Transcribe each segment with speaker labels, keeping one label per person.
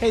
Speaker 1: Hey,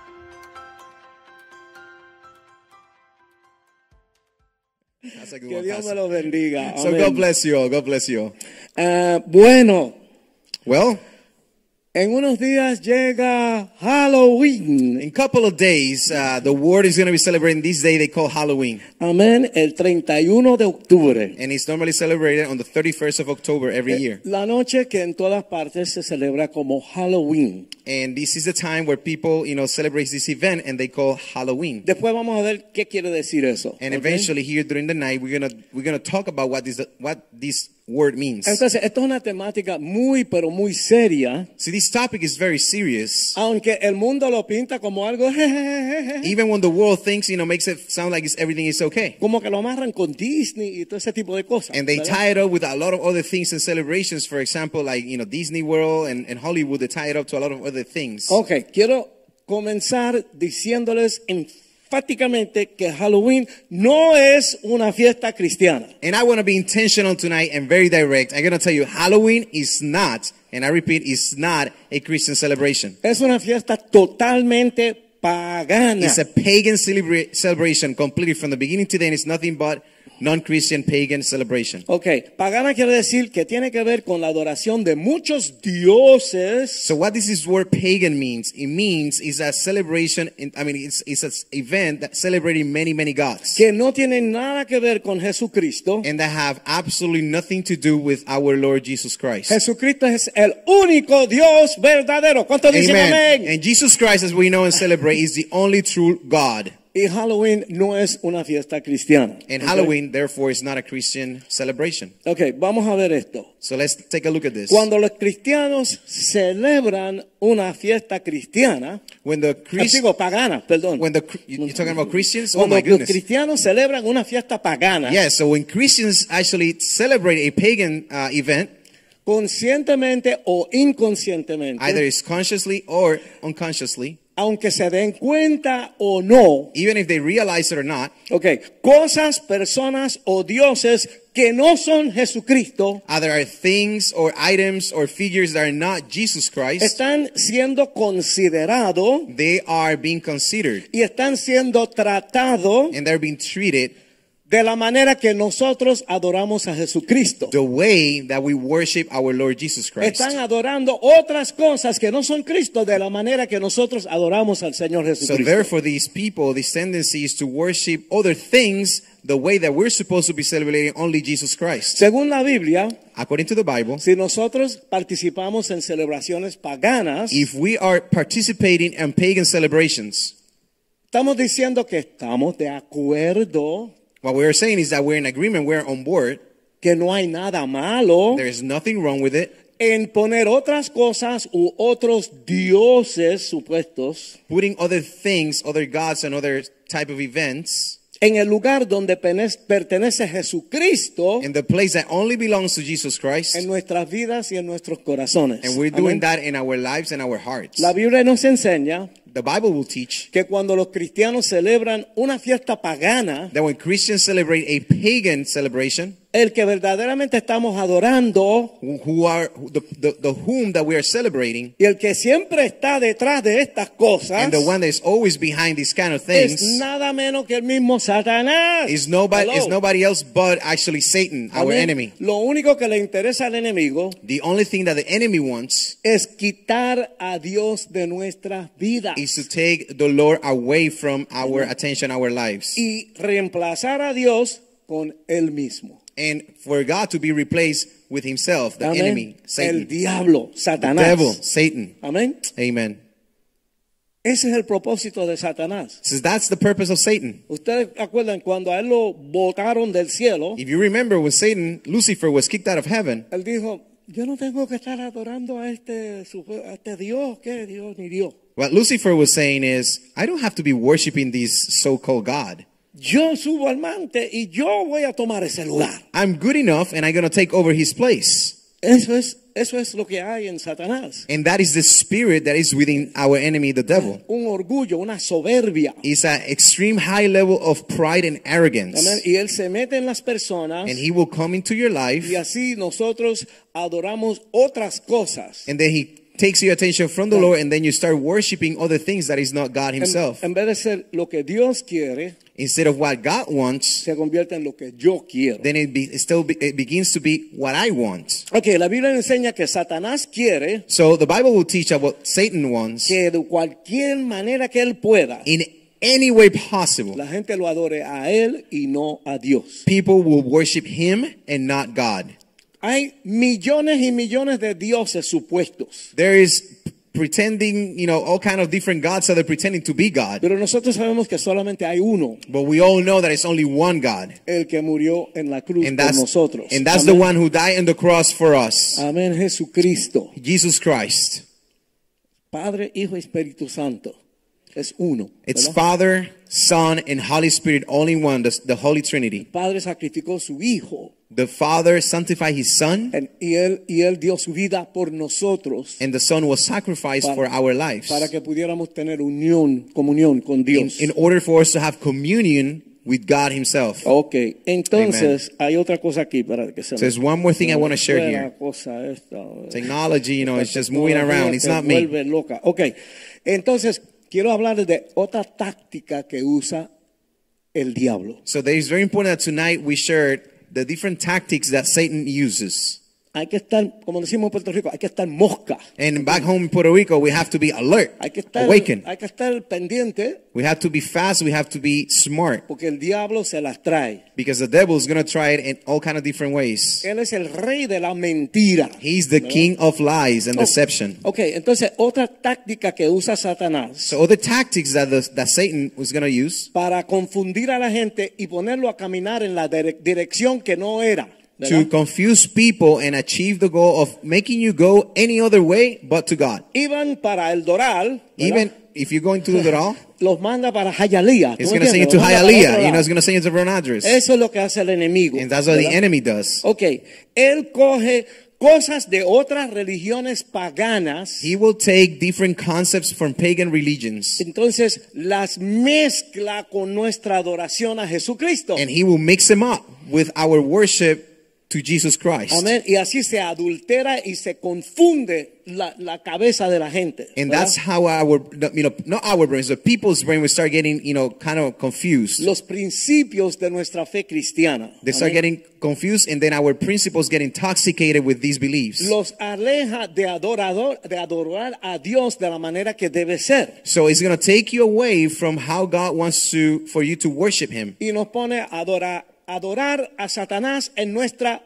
Speaker 2: That's a good
Speaker 3: Que
Speaker 2: one,
Speaker 3: Dios me
Speaker 2: Pastor.
Speaker 3: los bendiga.
Speaker 2: So
Speaker 3: Amén.
Speaker 2: God bless you all. God bless you all.
Speaker 3: Ah, bueno,
Speaker 2: Well,
Speaker 3: en unos días llega Halloween.
Speaker 2: in a couple of days, uh, the world is going to be celebrating this day they call Halloween.
Speaker 3: Amén. El 31 de octubre.
Speaker 2: And it's normally celebrated on the 31st of October
Speaker 3: Eh.
Speaker 2: every year.
Speaker 3: La noche que en todas partes se celebra como Halloween.
Speaker 2: And this is the time where people, you know, celebrate this event and they call Halloween.
Speaker 3: Después vamos a ver qué quiere decir eso.
Speaker 2: And
Speaker 3: ¿ok?
Speaker 2: eventually here during the night, we're going to we're going to talk about what this what this word means.
Speaker 3: Entonces, esto es una temática muy, pero muy seria.
Speaker 2: See, this topic is very serious.
Speaker 3: Aunque el mundo lo pinta como algo, jejejeje,
Speaker 2: Even when the world thinks, you know, makes it sound like it's, everything is okay.
Speaker 3: como que lo amarran con Disney y todo ese tipo de cosas.
Speaker 2: And they
Speaker 3: ¿verdad?
Speaker 2: tie it up with a lot of other things and celebrations. For example, like you know Disney World and, and Hollywood, they tie it up to a lot of other things.
Speaker 3: Ok, quiero comenzar diciéndoles enfáticamente que Halloween no es una fiesta cristiana.
Speaker 2: And I want to be intentional tonight and very direct. I'm gonna tell you, Halloween is not, and I repeat, is not a Christian celebration.
Speaker 3: Es una fiesta totalmente pagana.
Speaker 2: It's a pagan celebra- celebration, completely from the beginning to the end. It's nothing but non-Christian pagan celebration.
Speaker 3: Ok, pagana quiere decir que tiene que ver con la adoración de muchos dioses
Speaker 2: So what this is word pagan means? It means is a celebration. In, I mean, it's it's an event that celebrating many many gods.
Speaker 3: que no tienen nada que ver con Jesucristo.
Speaker 2: and that have absolutely nothing to do with our Lord Jesus Christ.
Speaker 3: Jesucristo es el único Dios verdadero. ¿Cuántos dicen
Speaker 2: Amen.
Speaker 3: amén?
Speaker 2: And Jesus Christ, as we know and celebrate, is the only true God.
Speaker 3: Y Halloween no es una fiesta cristiana.
Speaker 2: And
Speaker 3: Ok.
Speaker 2: Halloween, therefore, is not a Christian celebration.
Speaker 3: Ok, vamos a ver esto.
Speaker 2: So let's take a look at this.
Speaker 3: Cuando los cristianos celebran una fiesta cristiana,
Speaker 2: When the Chris,
Speaker 3: digo pagana, perdón.
Speaker 2: when the Chri- you- you're talking about Christians, oh
Speaker 3: Cuando
Speaker 2: my
Speaker 3: los
Speaker 2: goodness.
Speaker 3: cristianos celebran una fiesta pagana,
Speaker 2: Yeah, so when Christians actually celebrate a pagan uh, event,
Speaker 3: conscientemente o inconscientemente,
Speaker 2: either it's consciously or unconsciously,
Speaker 3: aunque se den cuenta o no,
Speaker 2: even if they realize it or not,
Speaker 3: ok, cosas, personas o dioses que no son Jesucristo
Speaker 2: either are things or items or figures that are not Jesus Christ,
Speaker 3: están siendo considerados
Speaker 2: they are being considered
Speaker 3: y están siendo tratados
Speaker 2: and they're being treated
Speaker 3: de la manera que nosotros adoramos a Jesucristo.
Speaker 2: the way that we worship our Lord Jesus Christ.
Speaker 3: Están adorando otras cosas que no son Cristo de la manera que nosotros adoramos al Señor
Speaker 2: So
Speaker 3: Jesucristo.
Speaker 2: therefore, these people, this tendency is to worship other things the way that we're supposed to be celebrating only Jesus Christ.
Speaker 3: Según la Biblia,
Speaker 2: According to the Bible,
Speaker 3: si nosotros participamos en celebraciones paganas,
Speaker 2: if we are participating in pagan celebrations,
Speaker 3: estamos diciendo que estamos de acuerdo,
Speaker 2: what we are saying is that we're in agreement, we're on board,
Speaker 3: que no hay nada malo
Speaker 2: there is nothing wrong with it.
Speaker 3: en poner otras cosas u otros dioses supuestos
Speaker 2: Putting other things, other gods, and other type of events
Speaker 3: en el lugar donde pene- pertenece Jesucristo
Speaker 2: in the place that only belongs to Jesus Christ,
Speaker 3: en nuestras vidas y en nuestros corazones.
Speaker 2: and we're
Speaker 3: Amén.
Speaker 2: doing that in our lives and our hearts.
Speaker 3: La Biblia nos enseña
Speaker 2: The Bible will teach
Speaker 3: que cuando los cristianos celebran una fiesta pagana,
Speaker 2: that when Christians celebrate a pagan celebration,
Speaker 3: el que verdaderamente estamos adorando
Speaker 2: who who are the, the, the whom that we are celebrating,
Speaker 3: y el que siempre está detrás de estas cosas
Speaker 2: and the one that is always behind these kind of
Speaker 3: es
Speaker 2: things
Speaker 3: nada menos que el mismo Satanás.
Speaker 2: is nobody
Speaker 3: Hello.
Speaker 2: is nobody else but actually Satan, our
Speaker 3: Amén.
Speaker 2: enemy.
Speaker 3: Lo único que le interesa al enemigo
Speaker 2: The only thing that the enemy wants
Speaker 3: es quitar a Dios de nuestras vidas
Speaker 2: is to take the Lord away from our attention, our lives,
Speaker 3: y reemplazar a Dios con él mismo.
Speaker 2: and for God to be replaced with Himself, the
Speaker 3: Amén.
Speaker 2: enemy,
Speaker 3: El
Speaker 2: Satan,
Speaker 3: diablo,
Speaker 2: the
Speaker 3: Satanás.
Speaker 2: devil, Satan.
Speaker 3: Amén.
Speaker 2: Amen.
Speaker 3: Ese es el propósito de Satanás.
Speaker 2: So that's the purpose of Satan.
Speaker 3: Ustedes acuerdan cuando a él lo botaron del cielo,
Speaker 2: If you remember when Satan, Lucifer, was kicked out of heaven,
Speaker 3: él dijo, yo no tengo que estar adorando a este, supe- a este Dios, que Dios ni Dios.
Speaker 2: What Lucifer was saying is, I don't have to be worshiping this so called God.
Speaker 3: Yo subo al mante y yo voy a tomar ese lugar.
Speaker 2: I'm good enough and I'm going to take over his place.
Speaker 3: Eso es, eso es lo que hay en Satanás.
Speaker 2: And that is the spirit that is within our enemy, the devil.
Speaker 3: Un orgullo, una soberbia.
Speaker 2: It's an extreme high level of pride and arrogance.
Speaker 3: Amén. Y él se mete en las personas
Speaker 2: And he will come into your life
Speaker 3: y así nosotros adoramos otras cosas.
Speaker 2: and then he takes your attention from the Lord and then you start worshiping other things that is not God
Speaker 3: En,
Speaker 2: himself.
Speaker 3: en vez de ser lo que Dios quiere,
Speaker 2: Instead of what God wants,
Speaker 3: se convierte en lo que yo quiero.
Speaker 2: then it, be, it still be, it begins to be what I want.
Speaker 3: Ok, la Biblia enseña que Satanás quiere
Speaker 2: So the Bible will teach us what Satan wants
Speaker 3: que de cualquier manera que él pueda,
Speaker 2: in any way possible.
Speaker 3: la gente lo adore a él y no a Dios.
Speaker 2: people will worship him and not God.
Speaker 3: Hay millones y millones de dioses supuestos,
Speaker 2: There is p- pretending, you know, all kind of different gods that are pretending to be God.
Speaker 3: pero nosotros sabemos que solamente hay uno,
Speaker 2: But we all know that it's only one God.
Speaker 3: el que murió en la cruz
Speaker 2: And
Speaker 3: por
Speaker 2: that's,
Speaker 3: nosotros.
Speaker 2: and that's the
Speaker 3: Amén. Ah.
Speaker 2: one who died on the cross for us.
Speaker 3: Amén, Jesucristo,
Speaker 2: Jesus Christ.
Speaker 3: Padre, Hijo y Espíritu Santo, es uno.
Speaker 2: It's
Speaker 3: ¿verdad?
Speaker 2: Father, Son, and Holy Spirit, all in one, the, the Holy Trinity.
Speaker 3: Padre sacrificó su Hijo
Speaker 2: The Father sanctified his Son,
Speaker 3: en- y él, y él dio su vida por nosotros.
Speaker 2: and the Son was sacrificed
Speaker 3: Para-
Speaker 2: for our lives.
Speaker 3: para que pudiéramos tener unión, comunión con
Speaker 2: in,
Speaker 3: Dios.
Speaker 2: in order for us to have communion with God himself.
Speaker 3: ok, entonces hay otra cosa aquí para que
Speaker 2: So
Speaker 3: se
Speaker 2: there's one more thing I want to share
Speaker 3: Fue la
Speaker 2: here.
Speaker 3: cosa esta,
Speaker 2: Technology, you know,
Speaker 3: esta
Speaker 2: it's just moving
Speaker 3: tecnología
Speaker 2: around. It's
Speaker 3: te
Speaker 2: not me.
Speaker 3: vuelve loca. Ok, entonces quiero hablar de otra táctica que usa el diablo.
Speaker 2: So that is very important that tonight we share the different tactics that Satan uses.
Speaker 3: Hay que estar, como decimos en Puerto Rico, hay que estar mosca.
Speaker 2: And back home in Puerto Rico, we have to be alert,
Speaker 3: Hay que estar,
Speaker 2: awaken.
Speaker 3: hay que estar pendiente
Speaker 2: We have to be fast. We have to be smart
Speaker 3: porque el diablo se las trae.
Speaker 2: because the devil is going to try it in all kind of different ways.
Speaker 3: Él es el rey de la mentira.
Speaker 2: He's the king of lies and
Speaker 3: Oh,
Speaker 2: deception.
Speaker 3: Ok, entonces otra táctica que usa Satanás
Speaker 2: So other tactics that the, that Satan was going to use
Speaker 3: para confundir a la gente y ponerlo a caminar en la dire- dirección que no era.
Speaker 2: to
Speaker 3: ¿verdad?
Speaker 2: confuse people and achieve the goal of making you go any other way but to God.
Speaker 3: Iban para el Doral, ¿verdad?
Speaker 2: Even if you're going to do it all,
Speaker 3: los manda para Hialeah. ¿tú
Speaker 2: It's
Speaker 3: me
Speaker 2: going to send you to
Speaker 3: entiendes? Los manda para otro
Speaker 2: Hialeah. You
Speaker 3: lado.
Speaker 2: know, it's going to send you to Ron Rodgers.
Speaker 3: Eso es lo que hace el enemigo.
Speaker 2: And that's what the
Speaker 3: ¿verdad?
Speaker 2: enemy does.
Speaker 3: Ok, él coge cosas de otras religiones paganas,
Speaker 2: He will take different concepts from pagan religions
Speaker 3: entonces las mezcla con nuestra adoración a Jesucristo.
Speaker 2: and he will mix them up with our worship to Jesus Christ.
Speaker 3: Amén. Y así se adultera y se confunde la, la cabeza de la gente.
Speaker 2: And
Speaker 3: ¿verdad?
Speaker 2: that's how our, you know, not our brains, but people's brain will start getting, you know, kind of confused.
Speaker 3: los principios de nuestra fe cristiana.
Speaker 2: They start
Speaker 3: Amén.
Speaker 2: getting confused and then our principles get intoxicated with these beliefs.
Speaker 3: los aleja de adorador de adorar a Dios de la manera que debe ser
Speaker 2: So it's going to take you away from how God wants to, for you to worship him.
Speaker 3: y nos pone a adorar adorar a Satanás en nuestra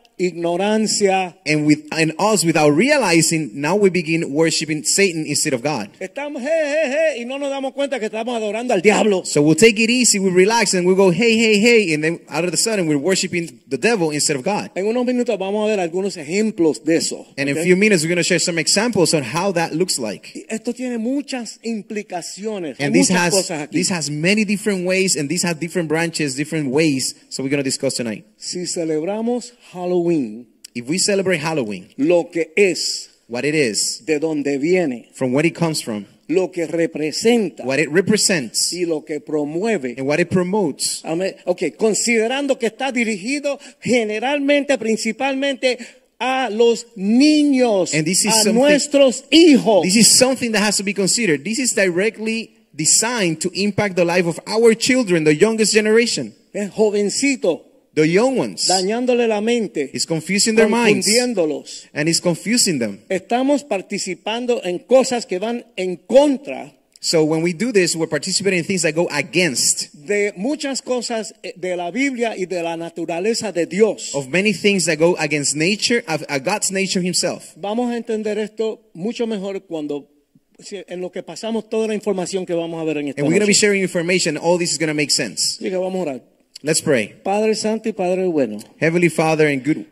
Speaker 3: ignorancia.
Speaker 2: and with and us without realizing now we begin worshiping satan instead of god
Speaker 3: Estamos je, je, je, y no nos damos cuenta que estamos adorando al diablo.
Speaker 2: so we'll take it easy we relax and we'll go hey hey hey and then out of the sudden we're worshiping the devil instead of god
Speaker 3: En unos minutos vamos a ver algunos ejemplos de eso.
Speaker 2: and in
Speaker 3: ¿ok?
Speaker 2: a few minutes we're going to share some examples on how that looks like
Speaker 3: Y Esto tiene muchas implicaciones, hay
Speaker 2: and this
Speaker 3: muchas
Speaker 2: has
Speaker 3: cosas aquí.
Speaker 2: this has many different ways and these have different branches different ways so we're going to discuss tonight
Speaker 3: si celebramos Halloween,
Speaker 2: if we celebrate halloween
Speaker 3: lo que es,
Speaker 2: what it is
Speaker 3: de dónde viene,
Speaker 2: from where it comes from
Speaker 3: lo que representa
Speaker 2: what it represents
Speaker 3: y lo que promueve.
Speaker 2: and what it promotes
Speaker 3: Amén. Ok, considerando que está dirigido generalmente, principalmente a los niños,
Speaker 2: And this is
Speaker 3: a
Speaker 2: something-
Speaker 3: nuestros hijos.
Speaker 2: This is something that has to be considered. This is directly designed to impact the life of our children, the youngest generation,
Speaker 3: Eh, jovencito,
Speaker 2: the young ones.
Speaker 3: dañándole la mente,
Speaker 2: It's confusing their minds
Speaker 3: confundiéndolos.
Speaker 2: and it's confusing them.
Speaker 3: Estamos participando en cosas que van en contra
Speaker 2: So when we do this, we're participating in things that go against
Speaker 3: de muchas cosas eh, de la Biblia y de la naturaleza de Dios.
Speaker 2: of many things that go against nature, of, of God's nature himself.
Speaker 3: Vamos a entender esto mucho mejor cuando si- en lo que pasamos toda la información que vamos a ver en esta
Speaker 2: And we're going to
Speaker 3: noche.
Speaker 2: be sharing information. All this is going to make sense.
Speaker 3: Así que vamos a orar.
Speaker 2: Let's pray.
Speaker 3: Padre Santo y Padre Bueno,
Speaker 2: Heavenly Father and good,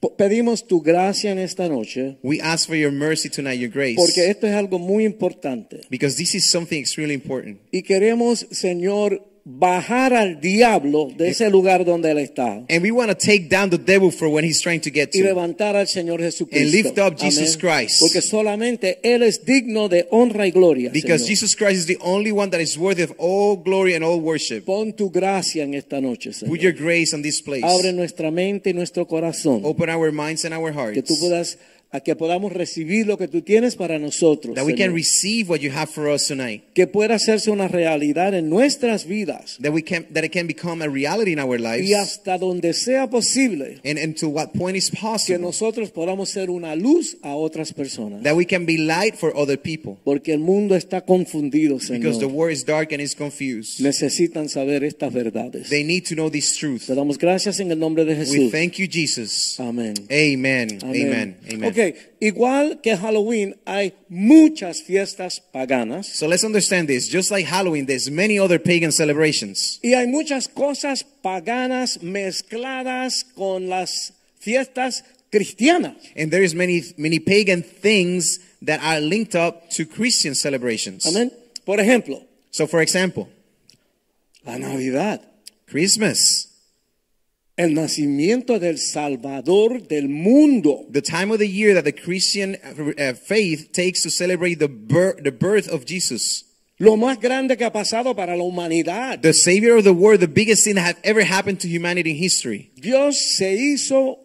Speaker 3: po- pedimos tu gracia en esta noche
Speaker 2: we ask for your mercy tonight, your grace,
Speaker 3: porque esto es algo muy importante
Speaker 2: because this is something extremely important.
Speaker 3: y queremos, Señor, bajar al diablo de ese lugar donde él está
Speaker 2: And we want to take down the devil for when he's trying to get
Speaker 3: y
Speaker 2: to.
Speaker 3: levantar al Señor Jesucristo.
Speaker 2: And lift up Jesus
Speaker 3: Amén.
Speaker 2: Christ.
Speaker 3: Porque solamente él es digno de honra y gloria.
Speaker 2: Because
Speaker 3: Señor.
Speaker 2: Jesus Christ is the only one that is worthy of all glory and all worship.
Speaker 3: Pon tu gracia en esta noche, Señor.
Speaker 2: Put your grace on this place.
Speaker 3: Abre nuestra mente y nuestro corazón.
Speaker 2: Open our minds and our
Speaker 3: que
Speaker 2: hearts.
Speaker 3: tú puedas a que podamos recibir lo que tú tienes para nosotros
Speaker 2: That we can
Speaker 3: Señor.
Speaker 2: receive what you have for us tonight.
Speaker 3: que pueda hacerse una realidad en nuestras vidas
Speaker 2: That we can that it can become a reality in our
Speaker 3: y
Speaker 2: lives.
Speaker 3: hasta donde sea posible
Speaker 2: And, and to what point is
Speaker 3: que
Speaker 2: possible.
Speaker 3: nosotros podamos ser una luz a otras personas
Speaker 2: That we can be light for other people.
Speaker 3: porque el mundo está confundido
Speaker 2: Because the
Speaker 3: Señor
Speaker 2: world is dark and is confused.
Speaker 3: necesitan saber estas verdades
Speaker 2: They need to know this truth.
Speaker 3: te damos gracias en el nombre de
Speaker 2: We
Speaker 3: Jesús
Speaker 2: thank you, Jesus.
Speaker 3: amén
Speaker 2: Amen. Amen. Amen.
Speaker 3: Ok, igual que Halloween hay muchas fiestas paganas
Speaker 2: So let's understand this. Just like Halloween, there's many other pagan celebrations.
Speaker 3: Y hay muchas cosas paganas mezcladas con las fiestas cristianas.
Speaker 2: And there is many many pagan things that are linked up to Christian celebrations.
Speaker 3: Amén. Por ejemplo,
Speaker 2: So for example,
Speaker 3: la Navidad,
Speaker 2: Christmas,
Speaker 3: el nacimiento del Salvador del mundo.
Speaker 2: the time of the year that the Christian uh, uh, faith takes to celebrate the birth, the birth of Jesus,
Speaker 3: Lo más grande que ha pasado para la humanidad.
Speaker 2: the savior of the world, the biggest thing that had ever happened to humanity in history.
Speaker 3: Dios se hizo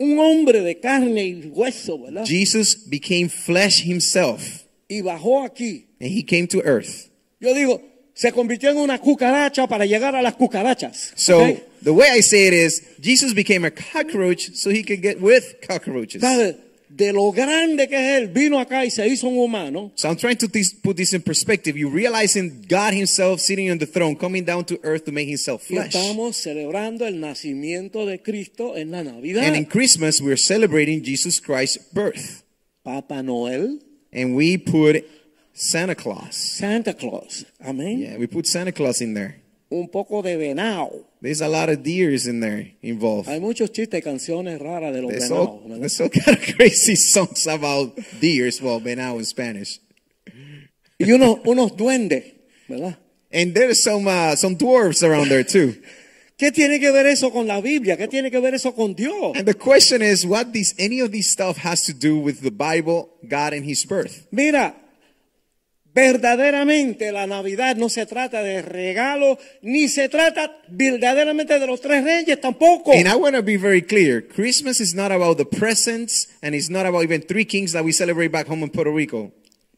Speaker 3: un hombre de carne y hueso, ¿verdad?
Speaker 2: Jesus became flesh himself
Speaker 3: Y bajó aquí.
Speaker 2: and he came to earth.
Speaker 3: Yo digo, se convirtió en una cucaracha para llegar a las cucarachas.
Speaker 2: So
Speaker 3: ¿ok?
Speaker 2: the way I say it is, Jesus became a cockroach so he could get with cockroaches.
Speaker 3: ¿Sabe? De lo grande que es él, vino acá y se hizo un humano.
Speaker 2: So I'm trying to th- put this in perspective. You realizing God Himself sitting on the throne, coming down to earth to make Himself
Speaker 3: Y
Speaker 2: flesh.
Speaker 3: estamos celebrando el nacimiento de Cristo en la Navidad.
Speaker 2: And in Christmas, we're celebrating Jesus Christ's birth,
Speaker 3: Papá Noel,
Speaker 2: and we put Santa Claus.
Speaker 3: Santa Claus. Amén.
Speaker 2: Yeah, we put Santa Claus in there.
Speaker 3: Un poco de venado.
Speaker 2: There's a lot of deers in there involved.
Speaker 3: Hay muchos chistes y canciones raras de los
Speaker 2: There's
Speaker 3: venados.
Speaker 2: all,
Speaker 3: ¿verdad?
Speaker 2: there's all kind of crazy songs about deers. Well, now in Spanish.
Speaker 3: Y unos, unos duendes, ¿verdad?
Speaker 2: And there's some uh, some dwarves around there too.
Speaker 3: ¿Qué tiene que ver eso con la Biblia? ¿Qué tiene que ver eso con Dios?
Speaker 2: And the question is, what these any of these stuff has to do with the Bible, God, and His birth?
Speaker 3: Mira, verdaderamente la Navidad no se trata de regalo, ni se trata verdaderamente de los tres reyes tampoco.
Speaker 2: And I want to be very clear. Christmas is not about the presents, and it's not about even three kings that we celebrate back home in Puerto Rico.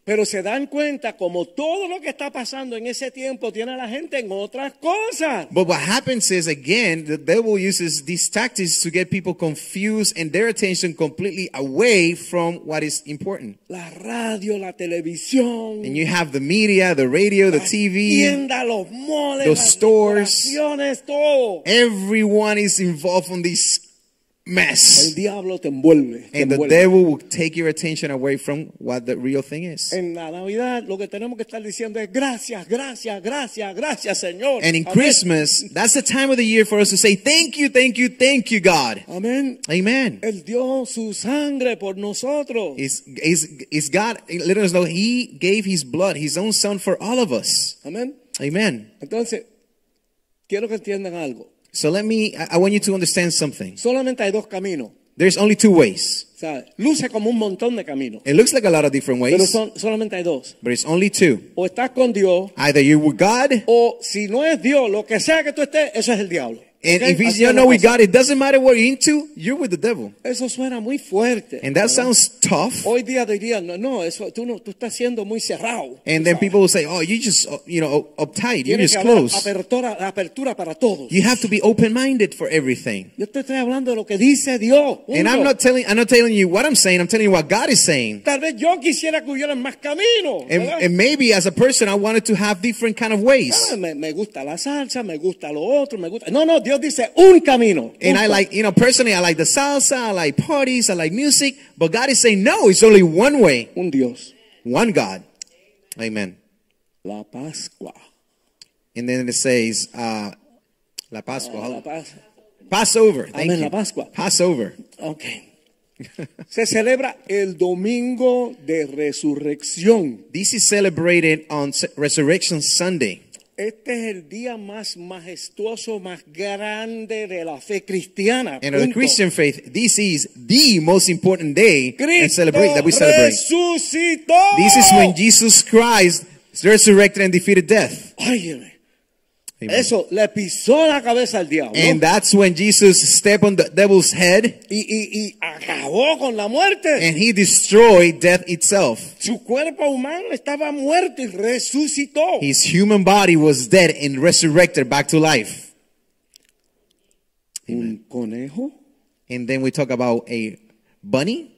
Speaker 3: Pero se dan cuenta como todo lo que está pasando en ese tiempo tiene a la gente en otras cosas.
Speaker 2: But what happens is, again, the devil uses these tactics to get people confused and their attention completely away from what is important.
Speaker 3: La radio, la televisión,
Speaker 2: And you have the media, the radio, the
Speaker 3: las
Speaker 2: TV.
Speaker 3: tiendas, los malls,
Speaker 2: los
Speaker 3: las
Speaker 2: stores.
Speaker 3: decoraciones, todo.
Speaker 2: Everyone is involved in this
Speaker 3: El
Speaker 2: mess.
Speaker 3: diablo te envuelve. te
Speaker 2: And the
Speaker 3: envuelve.
Speaker 2: devil will take your attention away from what the real thing is.
Speaker 3: En la Navidad lo que tenemos que estar diciendo es gracias, gracias, gracias, gracias, Señor.
Speaker 2: And in
Speaker 3: Amén.
Speaker 2: Christmas, that's the time of the year for us to say, thank you, thank you, thank you, God.
Speaker 3: Amén.
Speaker 2: Amen.
Speaker 3: Él dio su sangre por nosotros.
Speaker 2: Is, is, is God letting us know He gave His blood, His own Son for all of us.
Speaker 3: Amén.
Speaker 2: Amen.
Speaker 3: Entonces, quiero que entiendan algo.
Speaker 2: So let me, I I want you to understand something.
Speaker 3: Solamente hay dos caminos.
Speaker 2: There's only two ways.
Speaker 3: ¿sabe? Luce como un montón de caminos,
Speaker 2: It looks like a lot of different
Speaker 3: pero
Speaker 2: ways,
Speaker 3: son, solamente hay dos.
Speaker 2: but it's only two.
Speaker 3: O estás con Dios,
Speaker 2: Either you're with God, and
Speaker 3: o si no es Dios, lo que sea que tú estés, eso es el diablo. ¿Ok?
Speaker 2: if
Speaker 3: Así
Speaker 2: you
Speaker 3: es
Speaker 2: don't
Speaker 3: la
Speaker 2: know with
Speaker 3: cosa.
Speaker 2: God, it doesn't matter what you're into, you're with the devil.
Speaker 3: Eso suena muy fuerte.
Speaker 2: And that
Speaker 3: ¿verdad?
Speaker 2: sounds tough.
Speaker 3: Hoy día dirían, no, no, eso, tú, no, tú estás siendo muy cerrado.
Speaker 2: And then people will say, oh, you just, uh, you know, uptight, you're
Speaker 3: Tienes
Speaker 2: just
Speaker 3: que haber
Speaker 2: close.
Speaker 3: apertura, apertura para todos.
Speaker 2: You have to be open-minded for everything.
Speaker 3: Yo te estoy hablando de lo que dice Dios.
Speaker 2: And I'm
Speaker 3: punto.
Speaker 2: not telling I'm not telling you what I'm saying, I'm telling you what God is saying.
Speaker 3: Tal vez yo quisiera que hubieran más caminos.
Speaker 2: And,
Speaker 3: ¿verdad?
Speaker 2: and maybe as a person I wanted to have different kind of ways.
Speaker 3: Ah, me, me gusta la salsa, me gusta lo otro, me gusta. No, no, Dios dice un camino.
Speaker 2: And I
Speaker 3: punto.
Speaker 2: like, you know, personally I like the salsa, I like parties, I like music, but God is saying no, it's only one way,
Speaker 3: un Dios.
Speaker 2: one God. Amen.
Speaker 3: La Pascua.
Speaker 2: And then it says uh La Pascua.
Speaker 3: La Pas-
Speaker 2: Passover. Thank
Speaker 3: Amén,
Speaker 2: you.
Speaker 3: la Pascua.
Speaker 2: Passover.
Speaker 3: Ok. Se celebra el domingo de resurrección.
Speaker 2: This is celebrated on Se- Resurrection Sunday.
Speaker 3: Este es el día más majestuoso, más grande de la fe cristiana.
Speaker 2: And of the
Speaker 3: punto.
Speaker 2: Christian faith, this is the most important day and
Speaker 3: Cristo
Speaker 2: celebrate, that we celebrate.
Speaker 3: resucitó.
Speaker 2: This is when Jesus Christ resurrected and defeated death.
Speaker 3: Óyeme,
Speaker 2: Amen.
Speaker 3: eso le pisó la cabeza al diablo
Speaker 2: And that's when Jesus stepped on the devil's head
Speaker 3: y, y- y acabó con la muerte.
Speaker 2: and he destroyed death itself.
Speaker 3: Su cuerpo humano estaba muerto y resucitó.
Speaker 2: His human body was dead and resurrected back to life.
Speaker 3: Un conejo,
Speaker 2: And then we talk about a bunny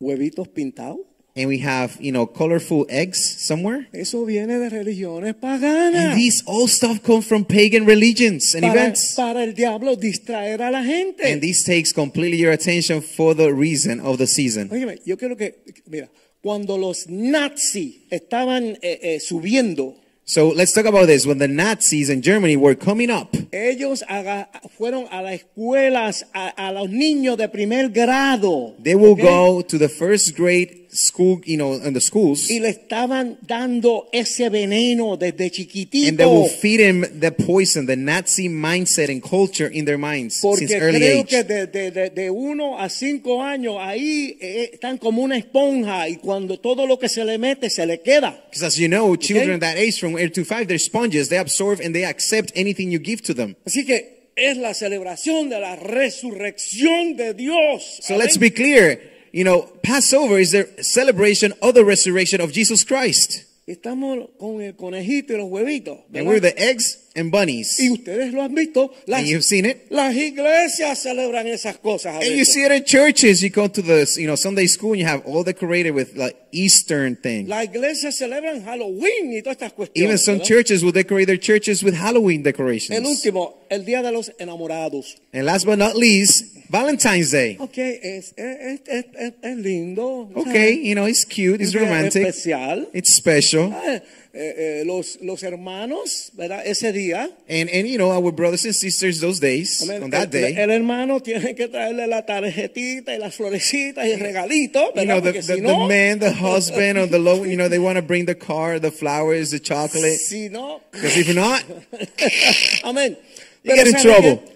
Speaker 3: huevitos pintados.
Speaker 2: and we have, you know, colorful eggs somewhere.
Speaker 3: Eso viene de religiones paganas.
Speaker 2: And these all stuff come from pagan religions and
Speaker 3: para,
Speaker 2: events.
Speaker 3: para el diablo distraer a la gente.
Speaker 2: And this takes completely your attention for the reason of the season.
Speaker 3: Óyeme, yo quiero que, mira, cuando los nazis estaban eh, eh, subiendo,
Speaker 2: So let's talk about this. When the Nazis in Germany were coming up,
Speaker 3: ellos aga- fueron a las escuelas, a, a los niños de primer grado.
Speaker 2: They will
Speaker 3: ¿ok?
Speaker 2: go to the first grade school, you know, in the schools,
Speaker 3: Y le estaban dando ese veneno desde
Speaker 2: and they will
Speaker 3: chiquitito.
Speaker 2: feed him the poison, the Nazi mindset and culture in their minds
Speaker 3: Porque
Speaker 2: since early
Speaker 3: creo
Speaker 2: age.
Speaker 3: que de, de, de, de uno a cinco años ahí eh, están como una esponja y cuando todo lo que se le mete se le queda.
Speaker 2: Because as you know, children
Speaker 3: Okay.
Speaker 2: that age from 8 to 5, they're sponges. They absorb and they accept anything you give to them.
Speaker 3: Así que es la celebración de la resurrección de Dios.
Speaker 2: So let's be
Speaker 3: Amén.
Speaker 2: clear. You know, Passover is the celebration of the resurrection of Jesus Christ.
Speaker 3: Estamos con el conejito y los huevitos.
Speaker 2: And
Speaker 3: ¿verdad?
Speaker 2: we're the eggs and bunnies.
Speaker 3: Y ustedes lo han visto. Las,
Speaker 2: And you've seen it.
Speaker 3: las iglesias celebran esas cosas. a
Speaker 2: And you
Speaker 3: veces.
Speaker 2: see it in churches. You go to the, you know, Sunday school and you have all decorated with like Eastern things.
Speaker 3: Las iglesias celebran Halloween y todas estas cuestiones.
Speaker 2: Even some
Speaker 3: ¿verdad?
Speaker 2: churches will decorate their churches with Halloween
Speaker 3: El
Speaker 2: decorations.
Speaker 3: último, el Día de los Enamorados.
Speaker 2: And last but not least, Valentine's Day.
Speaker 3: Ok, es, es, es, es- es lindo.
Speaker 2: Okay, you know, it's cute,
Speaker 3: ¿sabes?
Speaker 2: it's romantic,
Speaker 3: Es especial.
Speaker 2: it's special.
Speaker 3: Ah, eh, eh, los, los hermanos, ¿verdad? Ese día.
Speaker 2: And, and you know, our brothers and sisters those days,
Speaker 3: amén,
Speaker 2: on that
Speaker 3: el,
Speaker 2: day,
Speaker 3: el hermano tiene que traerle la tarjetita y las florecitas y el regalito.
Speaker 2: you
Speaker 3: ¿verdad?
Speaker 2: know, the,
Speaker 3: eh, Porque
Speaker 2: the,
Speaker 3: si
Speaker 2: the
Speaker 3: no,
Speaker 2: man, the husband, or the low, you know, they want to bring the car, the flowers, the chocolate.
Speaker 3: Si no,
Speaker 2: Because if not,
Speaker 3: Amén.
Speaker 2: You get in
Speaker 3: ¿sabe
Speaker 2: trouble.
Speaker 3: qué?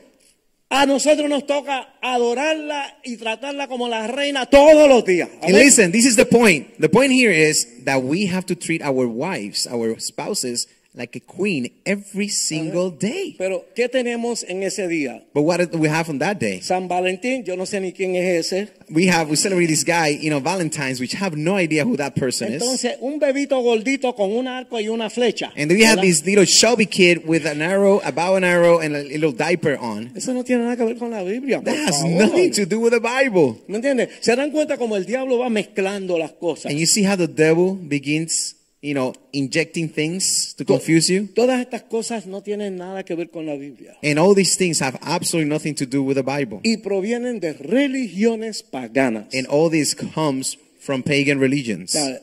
Speaker 3: A nosotros nos toca adorarla y tratarla como la reina todos los días.
Speaker 2: and
Speaker 3: Amén.
Speaker 2: listen, this is the point. The point here is that we have to treat our wives, our spouses, like a queen every single
Speaker 3: Uh-huh.
Speaker 2: day.
Speaker 3: Pero, ¿qué tenemos en ese día?
Speaker 2: But what did we have on that day?
Speaker 3: San Valentín, yo no sé ni quién es ese.
Speaker 2: we have we celebrate this guy, you know, Valentine's, which have no idea who that person is.
Speaker 3: Entonces, un bebito gordito con un arco y una flecha.
Speaker 2: And then we have
Speaker 3: ¿verdad?
Speaker 2: this little chubby kid with an arrow, a bow and arrow, and a little diaper on.
Speaker 3: Eso no tiene nada que ver con la Biblia. por
Speaker 2: That has
Speaker 3: favor.
Speaker 2: nothing to do with the Bible.
Speaker 3: ¿Me entiendes? Se dan cuenta como el diablo va mezclando las cosas.
Speaker 2: And you see how the devil begins, you know, injecting things to confuse you.
Speaker 3: Todas estas cosas no tienen nada que ver con la Biblia.
Speaker 2: And all these things have absolutely nothing to do with the Bible.
Speaker 3: Y provienen de religiones paganas.
Speaker 2: And all this comes from pagan religions.
Speaker 3: O sea,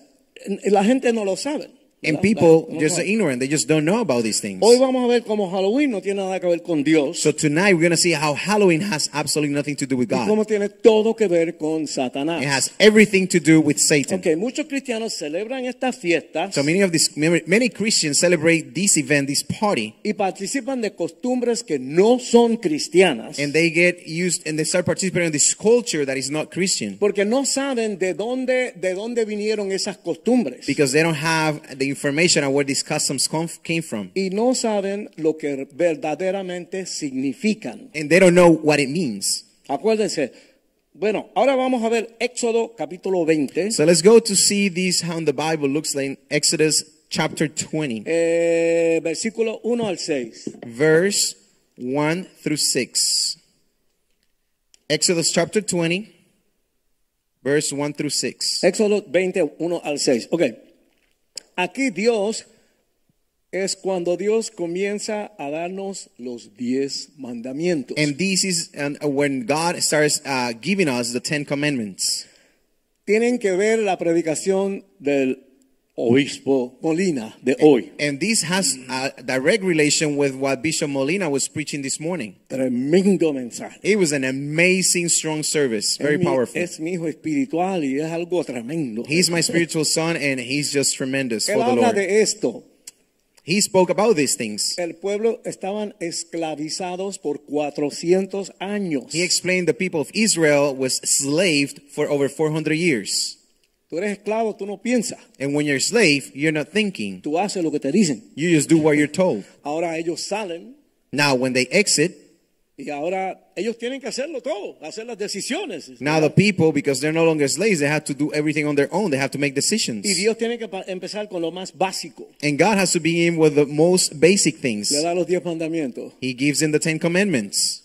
Speaker 3: La gente no lo sabe.
Speaker 2: And
Speaker 3: ¿verdad? La-
Speaker 2: people
Speaker 3: no
Speaker 2: just are
Speaker 3: sabe.
Speaker 2: ignorant. They just don't know about these things.
Speaker 3: Hoy vamos a ver cómo Halloween no tiene nada que ver con Dios.
Speaker 2: So tonight we're going to see how Halloween has absolutely nothing to do with
Speaker 3: y
Speaker 2: God.
Speaker 3: cómo tiene todo que ver con
Speaker 2: It
Speaker 3: Satanás.
Speaker 2: has everything to do with Satan.
Speaker 3: Ok, muchos cristianos celebran estas fiestas
Speaker 2: So many of these many many Christians celebrate this event, this party,
Speaker 3: y participan de costumbres que no son cristianas
Speaker 2: and they get used and they start participating in this culture that is not Christian
Speaker 3: porque no saben de dónde, de dónde vinieron esas costumbres.
Speaker 2: because they don't have the information on where these customs come, came from,
Speaker 3: y no saben lo que verdaderamente significan.
Speaker 2: and they don't know what it means.
Speaker 3: Acuérdense. Bueno, ahora vamos a ver Éxodo capítulo 20.
Speaker 2: So let's go to see these how the Bible looks like in Exodus chapter 20,
Speaker 3: Eh, versículo 1 al 6.
Speaker 2: verse 1 through 6. Exodus chapter 20, verse 1 through 6.
Speaker 3: Éxodo 20, 1 al 6. Ok. Aquí Dios es cuando Dios comienza a darnos los 10 mandamientos.
Speaker 2: And this is and when God starts uh, giving us the Ten Commandments.
Speaker 3: Tienen que ver la predicación del obispo Molina de hoy.
Speaker 2: And this has a
Speaker 3: Mm.
Speaker 2: direct relation with what Bishop Molina was preaching this morning.
Speaker 3: Tremendo mensaje.
Speaker 2: It was an amazing, strong service, very
Speaker 3: es, mi,
Speaker 2: powerful.
Speaker 3: es mi hijo espiritual y es algo tremendo.
Speaker 2: He's my spiritual son, and he's just tremendous for
Speaker 3: Él
Speaker 2: the
Speaker 3: habla
Speaker 2: Lord.
Speaker 3: de esto.
Speaker 2: He spoke about these things.
Speaker 3: El pueblo estaban esclavizados por 400 años.
Speaker 2: He explained the people of Israel was slaved for over 400 years.
Speaker 3: Tú eres esclavo, tú no piensas.
Speaker 2: And when you're a slave, you're not thinking.
Speaker 3: Tú haces lo que te dicen.
Speaker 2: You just do what you're told.
Speaker 3: Ahora ellos salen
Speaker 2: Now, when they exit,
Speaker 3: y ahora ellos tienen que hacerlo todo, hacer las decisiones.
Speaker 2: now the people, because they're no longer slaves, they have to do everything on their own. They have to make decisions.
Speaker 3: y Dios tiene que pa- empezar con lo más básico.
Speaker 2: And God has to begin with the most basic things.
Speaker 3: Le da los 10 mandamientos.
Speaker 2: He gives in the Ten Commandments.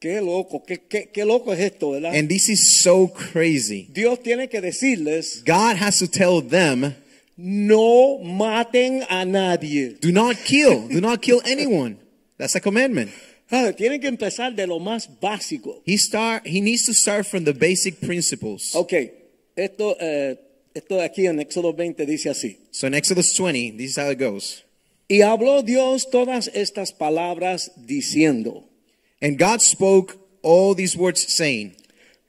Speaker 3: Qué loco, qué, qué, qué loco es esto, ¿verdad?
Speaker 2: And this is so crazy.
Speaker 3: Dios tiene que decirles,
Speaker 2: God has to tell them
Speaker 3: no maten a nadie.
Speaker 2: do not kill, do not kill anyone. That's a commandment.
Speaker 3: Ah, Tienen que empezar de lo más básico.
Speaker 2: He start he needs to start from the basic principles.
Speaker 3: Ok, esto, eh, esto de aquí en Éxodo 20 dice así.
Speaker 2: So in Exodus 20, this is how it goes.
Speaker 3: Y habló Dios todas estas palabras diciendo,
Speaker 2: And God spoke all these words saying,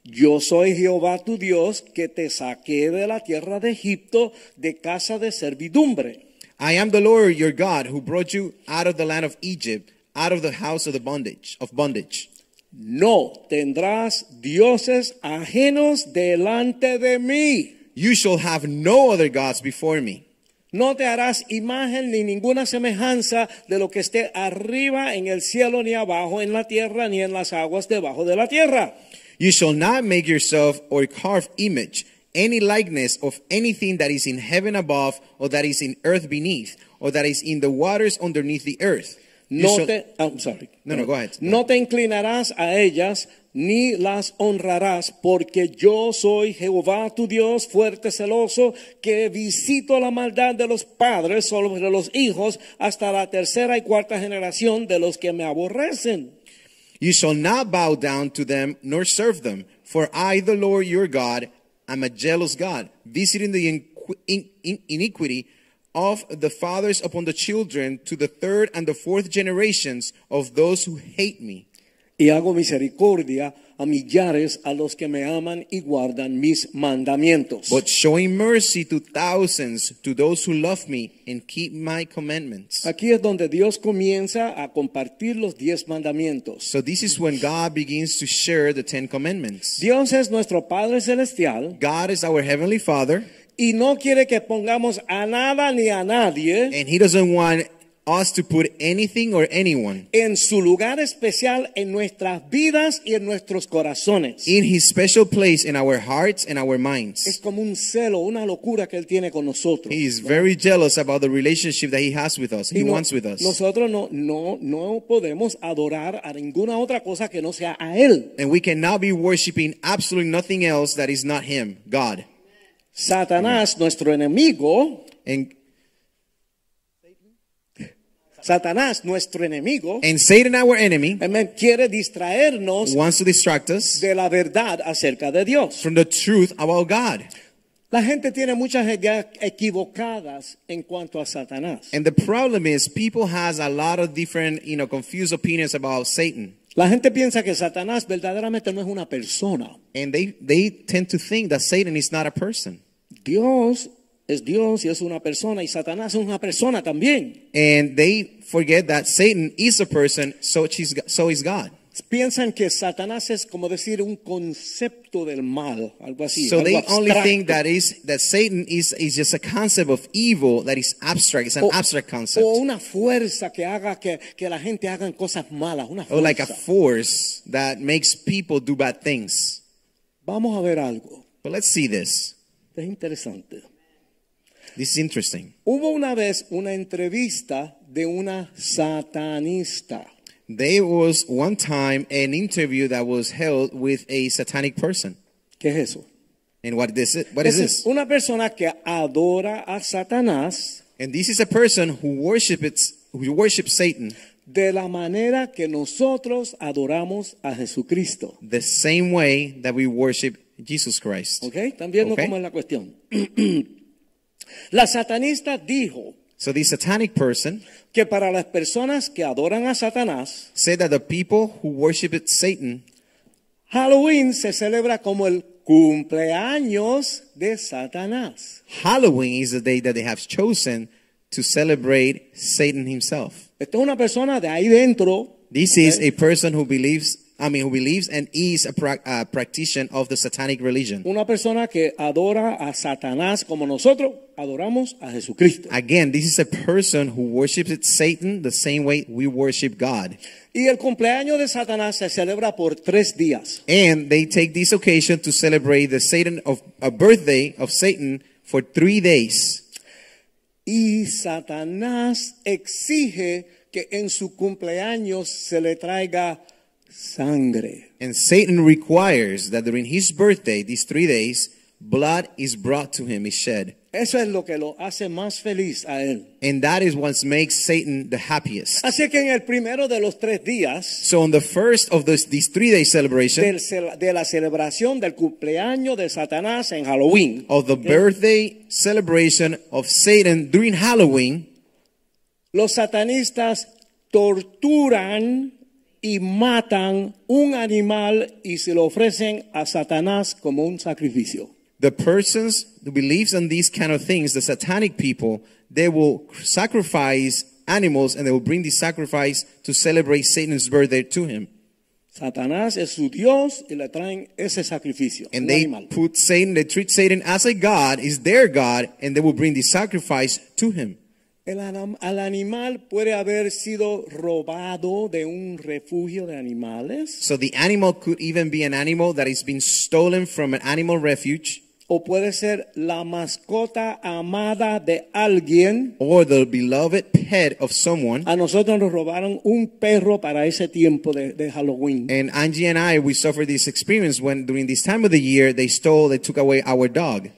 Speaker 3: yo soy Jehová tu Dios que te saqué de la tierra de Egipto de casa de servidumbre.
Speaker 2: I am the Lord your God who brought you out of the land of Egypt, out of the house of the bondage of bondage.
Speaker 3: No tendrás dioses ajenos delante de mí.
Speaker 2: You shall have no other gods before me.
Speaker 3: No te harás imagen ni ninguna semejanza de lo que esté arriba en el cielo, ni abajo en la tierra, ni en las aguas debajo de la tierra.
Speaker 2: You shall not make yourself or carve image, any likeness of anything that is in heaven above, or that is in earth beneath, or that is in the waters underneath the earth. You
Speaker 3: No
Speaker 2: shall-
Speaker 3: te, ah, I'm sorry.
Speaker 2: No, no, go ahead.
Speaker 3: No te inclinarás a ellas ni las honrarás, porque yo soy Jehová tu Dios, fuerte celoso, que visito la maldad de los padres sobre los hijos hasta la tercera y cuarta generación de los que me aborrecen.
Speaker 2: You shall not bow down to them nor serve them, for I, the Lord your God, am a jealous God, visiting the inqu- in- in- iniquity of the fathers upon the children to the third and the fourth generations of those who hate me.
Speaker 3: Y hago misericordia a millares a los que me aman y guardan mis mandamientos.
Speaker 2: But showing mercy to thousands, to those who love me and keep my commandments.
Speaker 3: Aquí es donde Dios comienza a compartir los diez mandamientos.
Speaker 2: So this is when God begins to share the Ten Commandments.
Speaker 3: Dios es nuestro Padre Celestial
Speaker 2: God is our Heavenly Father,
Speaker 3: y no quiere que pongamos a nada ni a nadie
Speaker 2: and He doesn't want us to put anything or anyone
Speaker 3: en su lugar especial en nuestras vidas y en nuestros corazones.
Speaker 2: in His special place in our hearts and our
Speaker 3: Es
Speaker 2: minds.
Speaker 3: como un celo, una locura que Él tiene con nosotros.
Speaker 2: He is very jealous about the relationship that He has with us, He
Speaker 3: Y no-
Speaker 2: wants with us.
Speaker 3: Nosotros no, no, no podemos adorar a ninguna otra cosa que no sea a Él.
Speaker 2: And we cannot be worshiping absolutely nothing else that is not Him, God.
Speaker 3: Satanás, nuestro enemigo,
Speaker 2: And,
Speaker 3: Satanás, nuestro enemigo,
Speaker 2: and Satan, our enemy,
Speaker 3: amén, quiere distraernos
Speaker 2: wants to distract us
Speaker 3: de la verdad acerca de Dios.
Speaker 2: from the truth about God.
Speaker 3: La gente tiene muchas ideas equivocadas en cuanto a Satanás.
Speaker 2: And the problem is people has a lot of different, you know, confused opinions about Satan.
Speaker 3: La gente piensa que Satanás verdaderamente no es una persona.
Speaker 2: And they, they tend to think that Satan is not a person.
Speaker 3: Dios es Dios y es una persona y Satanás es una persona también.
Speaker 2: And they forget that Satan is a person, so, she's, so is God.
Speaker 3: Piensan que Satanás es como decir un concepto del mal, algo así.
Speaker 2: So
Speaker 3: algo
Speaker 2: they only
Speaker 3: abstracto.
Speaker 2: think that is that Satan is, is just a concept of evil that is abstract. It's an
Speaker 3: o,
Speaker 2: abstract concept.
Speaker 3: o una fuerza que haga que, que la gente hagan cosas malas. Una
Speaker 2: or
Speaker 3: fuerza.
Speaker 2: like a force that makes people do bad things.
Speaker 3: Vamos a ver algo.
Speaker 2: But let's see this.
Speaker 3: Es interesante.
Speaker 2: This is interesting.
Speaker 3: Hubo una vez una entrevista de una satanista.
Speaker 2: There was one time an interview that was held with a satanic person.
Speaker 3: ¿Qué es eso?
Speaker 2: And what this is, what is
Speaker 3: Esa es
Speaker 2: this?
Speaker 3: una persona que adora a Satanás
Speaker 2: And this is a person who worships who worships Satan
Speaker 3: de la manera que nosotros adoramos a Jesucristo.
Speaker 2: the same way that we worship Jesus Christ.
Speaker 3: ¿Ok? Están viendo
Speaker 2: Ok.
Speaker 3: cómo es la cuestión. la satanista dijo
Speaker 2: So this satanic person
Speaker 3: que para las personas que adoran a Satanás,
Speaker 2: said that the people who worshipped Satan
Speaker 3: Halloween se celebra como el cumpleaños de Satanás.
Speaker 2: Halloween is the day that they have chosen to celebrate Satan himself.
Speaker 3: Esta es una persona de ahí dentro
Speaker 2: This is a person who believes, I mean, who believes and is a, prac- a practitioner of the satanic religion.
Speaker 3: Una persona que adora a Satanás como nosotros adoramos a Jesucristo.
Speaker 2: Again, this is a person who worships Satan the same way we worship God.
Speaker 3: Y el cumpleaños de Satanás se celebra por tres días.
Speaker 2: And they take this occasion to celebrate the Satan of a birthday of Satan for three days.
Speaker 3: Y Satanás exige que en su cumpleaños se le traiga sangre.
Speaker 2: And Satan requires that during his birthday, these three days, blood is brought to him, is shed.
Speaker 3: Eso es lo que lo hace más feliz a él.
Speaker 2: And that is what makes Satan the happiest.
Speaker 3: Así que en el primero de los tres días
Speaker 2: So on the first of this, these three day celebration
Speaker 3: del cel- de la celebración del cumpleaños de Satanás en Halloween,
Speaker 2: of the birthday celebration of Satan during Halloween,
Speaker 3: Los satanistas torturan y matan un animal y se lo ofrecen a Satanás como un sacrificio.
Speaker 2: the persons who believes in these kind of things, the satanic people, they will sacrifice animals and they will bring the sacrifice to celebrate Satan's birthday to him.
Speaker 3: Satanás es su Dios y le traen ese sacrificio,
Speaker 2: And
Speaker 3: un
Speaker 2: they
Speaker 3: animal.
Speaker 2: put Satan, they treat Satan as a god, is their god, and they will bring the sacrifice to him.
Speaker 3: El anam- al animal puede haber sido robado de un refugio de animales
Speaker 2: So the animal could even be an animal that has been stolen from an animal refuge,
Speaker 3: o puede ser la mascota amada de alguien.
Speaker 2: or the beloved pet of someone.
Speaker 3: A nosotros nos robaron un perro para ese tiempo de, de Halloween.
Speaker 2: And Angie and I, we suffered this experience when during this time of the year they stole, they took away our dog.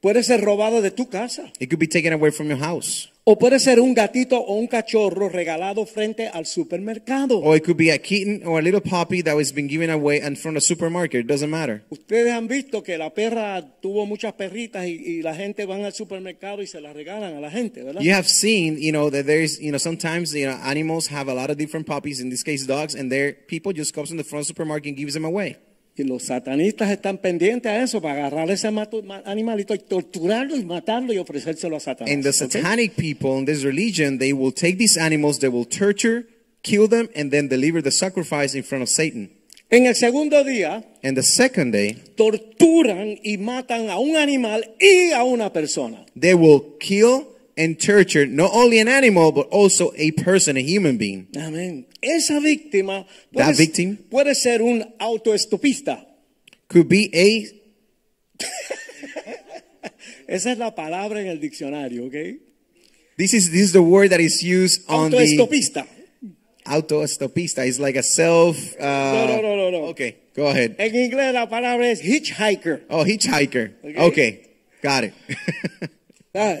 Speaker 3: Puede ser robado de tu casa.
Speaker 2: It could be taken away from your house,
Speaker 3: O puede ser un gatito o un cachorro regalado frente al supermercado.
Speaker 2: or it could be a kitten or a little puppy that was been given away in front of a supermarket. It doesn't matter.
Speaker 3: Ustedes han visto que la perra tuvo muchas perritas y, y la gente van al supermercado y se las regalan a la gente, ¿verdad?
Speaker 2: You have seen, you know, that there's, you know, sometimes you know animals have a lot of different puppies. In this case, dogs, and their people just comes in the front supermarket and gives them away.
Speaker 3: Y los satanistas están pendientes a eso para agarrar ese matu- ma- animalito y torturarlo y matarlo y ofrecérselo a Satanás.
Speaker 2: And the
Speaker 3: ¿ok?
Speaker 2: satanic people in this religion, they will take these animals, they will torture, kill them, and then deliver the sacrifice in front of Satan.
Speaker 3: En el segundo día
Speaker 2: And the second day,
Speaker 3: torturan y matan a un animal y a una persona.
Speaker 2: they will kill and torture not only an animal but also a person, a human being.
Speaker 3: Amén. Esa víctima puede,
Speaker 2: That victim-
Speaker 3: puede ser un autoestopista.
Speaker 2: Could be a
Speaker 3: Esa es la palabra en el diccionario, ¿ok?
Speaker 2: this is this is the word that is used on the
Speaker 3: Autoestopista.
Speaker 2: autoestopista. It's like a self. Uh,
Speaker 3: No, no, no, no, no.
Speaker 2: Okay, go ahead.
Speaker 3: En inglés la palabra es hitchhiker.
Speaker 2: Oh, hitchhiker.
Speaker 3: Okay.
Speaker 2: Okay, got it.
Speaker 3: Ah,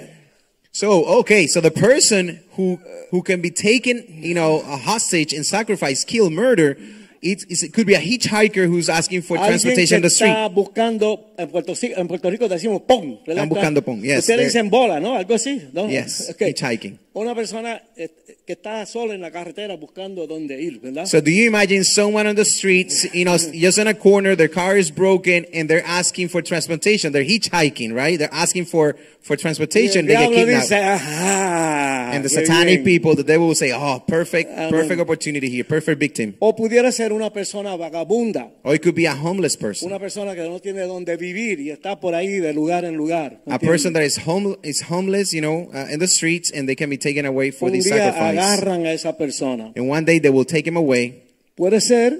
Speaker 2: so okay, so the person who who can be taken, you know, a hostage and sacrifice, kill, murder. It, it's- it could be a hitchhiker who's asking for
Speaker 3: Alguien que
Speaker 2: transportation on the street.
Speaker 3: está buscando, en Puerto, Si- en Puerto Rico decimos pon. ¿verdad?
Speaker 2: Están buscando pon, yes,
Speaker 3: Ustedes
Speaker 2: they're-
Speaker 3: dicen bola, ¿no? Algo así, ¿no?
Speaker 2: Yes,
Speaker 3: Ok.
Speaker 2: hitchhiking.
Speaker 3: Una persona eh, que está sola en la carretera buscando dónde ir, ¿verdad?
Speaker 2: So do you imagine someone on the streets, you know, just in a corner, their car is broken, and they're asking for transportation. They're hitchhiking, right? They're asking for for
Speaker 3: Y el
Speaker 2: transportation. They get
Speaker 3: diablo
Speaker 2: kidnapped.
Speaker 3: dice, ajá.
Speaker 2: and the
Speaker 3: qué
Speaker 2: satanic
Speaker 3: bien.
Speaker 2: people, the devil will say, "Oh, perfect,
Speaker 3: Amen.
Speaker 2: perfect opportunity here, perfect victim."
Speaker 3: O pudiera ser una persona vagabunda,
Speaker 2: Or it could be a homeless person,
Speaker 3: una persona que no tiene dónde vivir y está por ahí de lugar en lugar.
Speaker 2: a
Speaker 3: ¿entiendes?
Speaker 2: person that is home is homeless, you know, uh, in the streets, and they can be taken away for
Speaker 3: Un
Speaker 2: this
Speaker 3: día
Speaker 2: sacrifice.
Speaker 3: agarran a esa persona.
Speaker 2: And one day they will take him away.
Speaker 3: Puede ser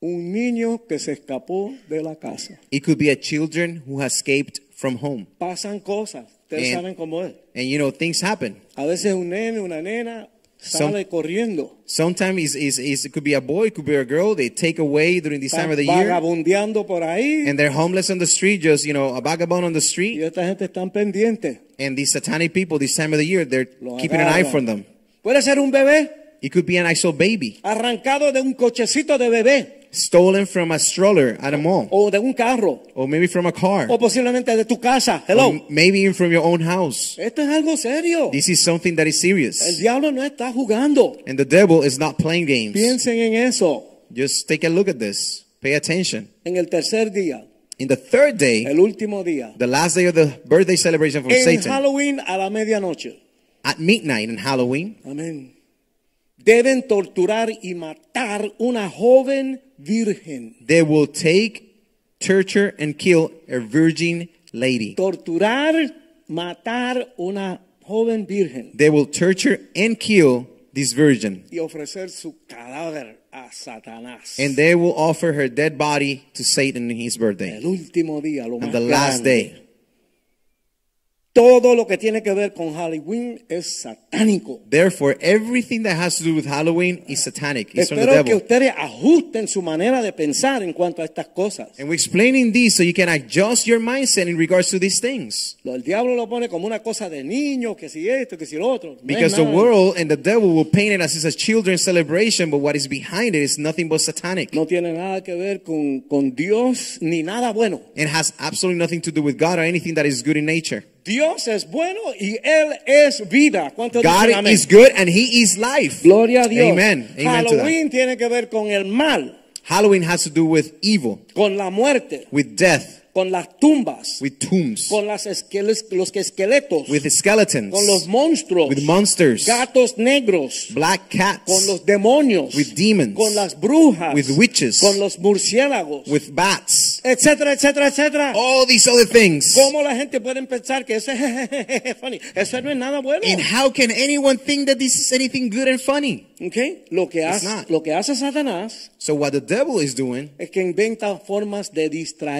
Speaker 3: un niño que se escapó de la casa.
Speaker 2: It could be a children who has escaped from home,
Speaker 3: Pasan cosas, ustedes
Speaker 2: Bien.
Speaker 3: saben cómo es.
Speaker 2: and you know things happen.
Speaker 3: A veces un nene, una nena
Speaker 2: Some-
Speaker 3: sale corriendo,
Speaker 2: Sometimes it's, it's, it's, it could be a boy, it could be a girl. They take away during this time
Speaker 3: están
Speaker 2: of the year,
Speaker 3: vagabundeando por ahí
Speaker 2: and they're homeless on the street, just you know, a vagabond on the
Speaker 3: y
Speaker 2: street.
Speaker 3: esta gente están pendientes.
Speaker 2: And these satanic people, this time of the year, they're
Speaker 3: Lo
Speaker 2: keeping an eye
Speaker 3: agarran.
Speaker 2: from them.
Speaker 3: Puede ser un bebé
Speaker 2: It could be an ISO baby
Speaker 3: arrancado de un cochecito de bebé
Speaker 2: stolen from a stroller at a mall,
Speaker 3: o de un carro
Speaker 2: or maybe from a car,
Speaker 3: o posiblemente de tu casa. Hello.
Speaker 2: or maybe even from your own house.
Speaker 3: Esto es algo serio.
Speaker 2: This is something that is
Speaker 3: El
Speaker 2: serious,
Speaker 3: diablo no está jugando.
Speaker 2: and the devil is not playing games.
Speaker 3: Piensen en eso.
Speaker 2: Just take a look at this. Pay attention.
Speaker 3: En el tercer día,
Speaker 2: In the third day,
Speaker 3: el último día,
Speaker 2: the last day of the birthday celebration from
Speaker 3: en
Speaker 2: Satan,
Speaker 3: Halloween a la medianoche,
Speaker 2: at midnight on Halloween.
Speaker 3: Amén. Deben torturar y matar una joven virgen.
Speaker 2: They will take, torture, and kill a virgin lady.
Speaker 3: Torturar, matar una joven virgen
Speaker 2: They will torture and kill this virgin.
Speaker 3: y ofrecer su cadáver a Satanás.
Speaker 2: And they will offer her dead body to Satan on his
Speaker 3: el
Speaker 2: birthday.
Speaker 3: último día, lo más
Speaker 2: On the last
Speaker 3: grande.
Speaker 2: day.
Speaker 3: Todo lo que tiene que ver con Halloween es satánico.
Speaker 2: Therefore, everything that has to do with Halloween is satanic. It's from the
Speaker 3: Espero que
Speaker 2: devil.
Speaker 3: ustedes ajusten su manera de pensar en cuanto a estas cosas.
Speaker 2: And we're explaining this so you can adjust your mindset in regards to these things.
Speaker 3: Lo- El diablo lo pone como una cosa de niños, que si esto, que si lo otro. No es
Speaker 2: Because the
Speaker 3: nada.
Speaker 2: world and the devil will paint it as it's a children's celebration, but what is behind it is nothing but satanic.
Speaker 3: no tiene nada que ver con, con Dios ni nada bueno.
Speaker 2: It has absolutely nothing to do with God or anything that is good in nature.
Speaker 3: Dios es bueno y Él es vida. ¿Cuántos
Speaker 2: God
Speaker 3: dicen amén?
Speaker 2: is good and He is life.
Speaker 3: Gloria a Dios.
Speaker 2: Amen. Amen to that.
Speaker 3: Halloween tiene que ver con el mal,
Speaker 2: Halloween has to do with evil,
Speaker 3: con la muerte,
Speaker 2: with death,
Speaker 3: con las tumbas,
Speaker 2: with tombs,
Speaker 3: con las esqueles- los que esqueletos,
Speaker 2: with skeletons,
Speaker 3: con los monstruos,
Speaker 2: with monsters,
Speaker 3: gatos negros,
Speaker 2: black cats,
Speaker 3: con los demonios,
Speaker 2: with demons,
Speaker 3: con las brujas,
Speaker 2: with witches,
Speaker 3: con los murciélagos,
Speaker 2: with bats,
Speaker 3: etcétera, etcétera, etcétera.
Speaker 2: all these other things.
Speaker 3: ¿Cómo la gente puede pensar que ese es funny? Eso no es nada bueno.
Speaker 2: And how can anyone think that this is anything good and funny?
Speaker 3: Okay? Lo, que
Speaker 2: It's
Speaker 3: hace,
Speaker 2: not.
Speaker 3: lo que hace Satanás
Speaker 2: So what the devil is doing,
Speaker 3: es que inventa formas de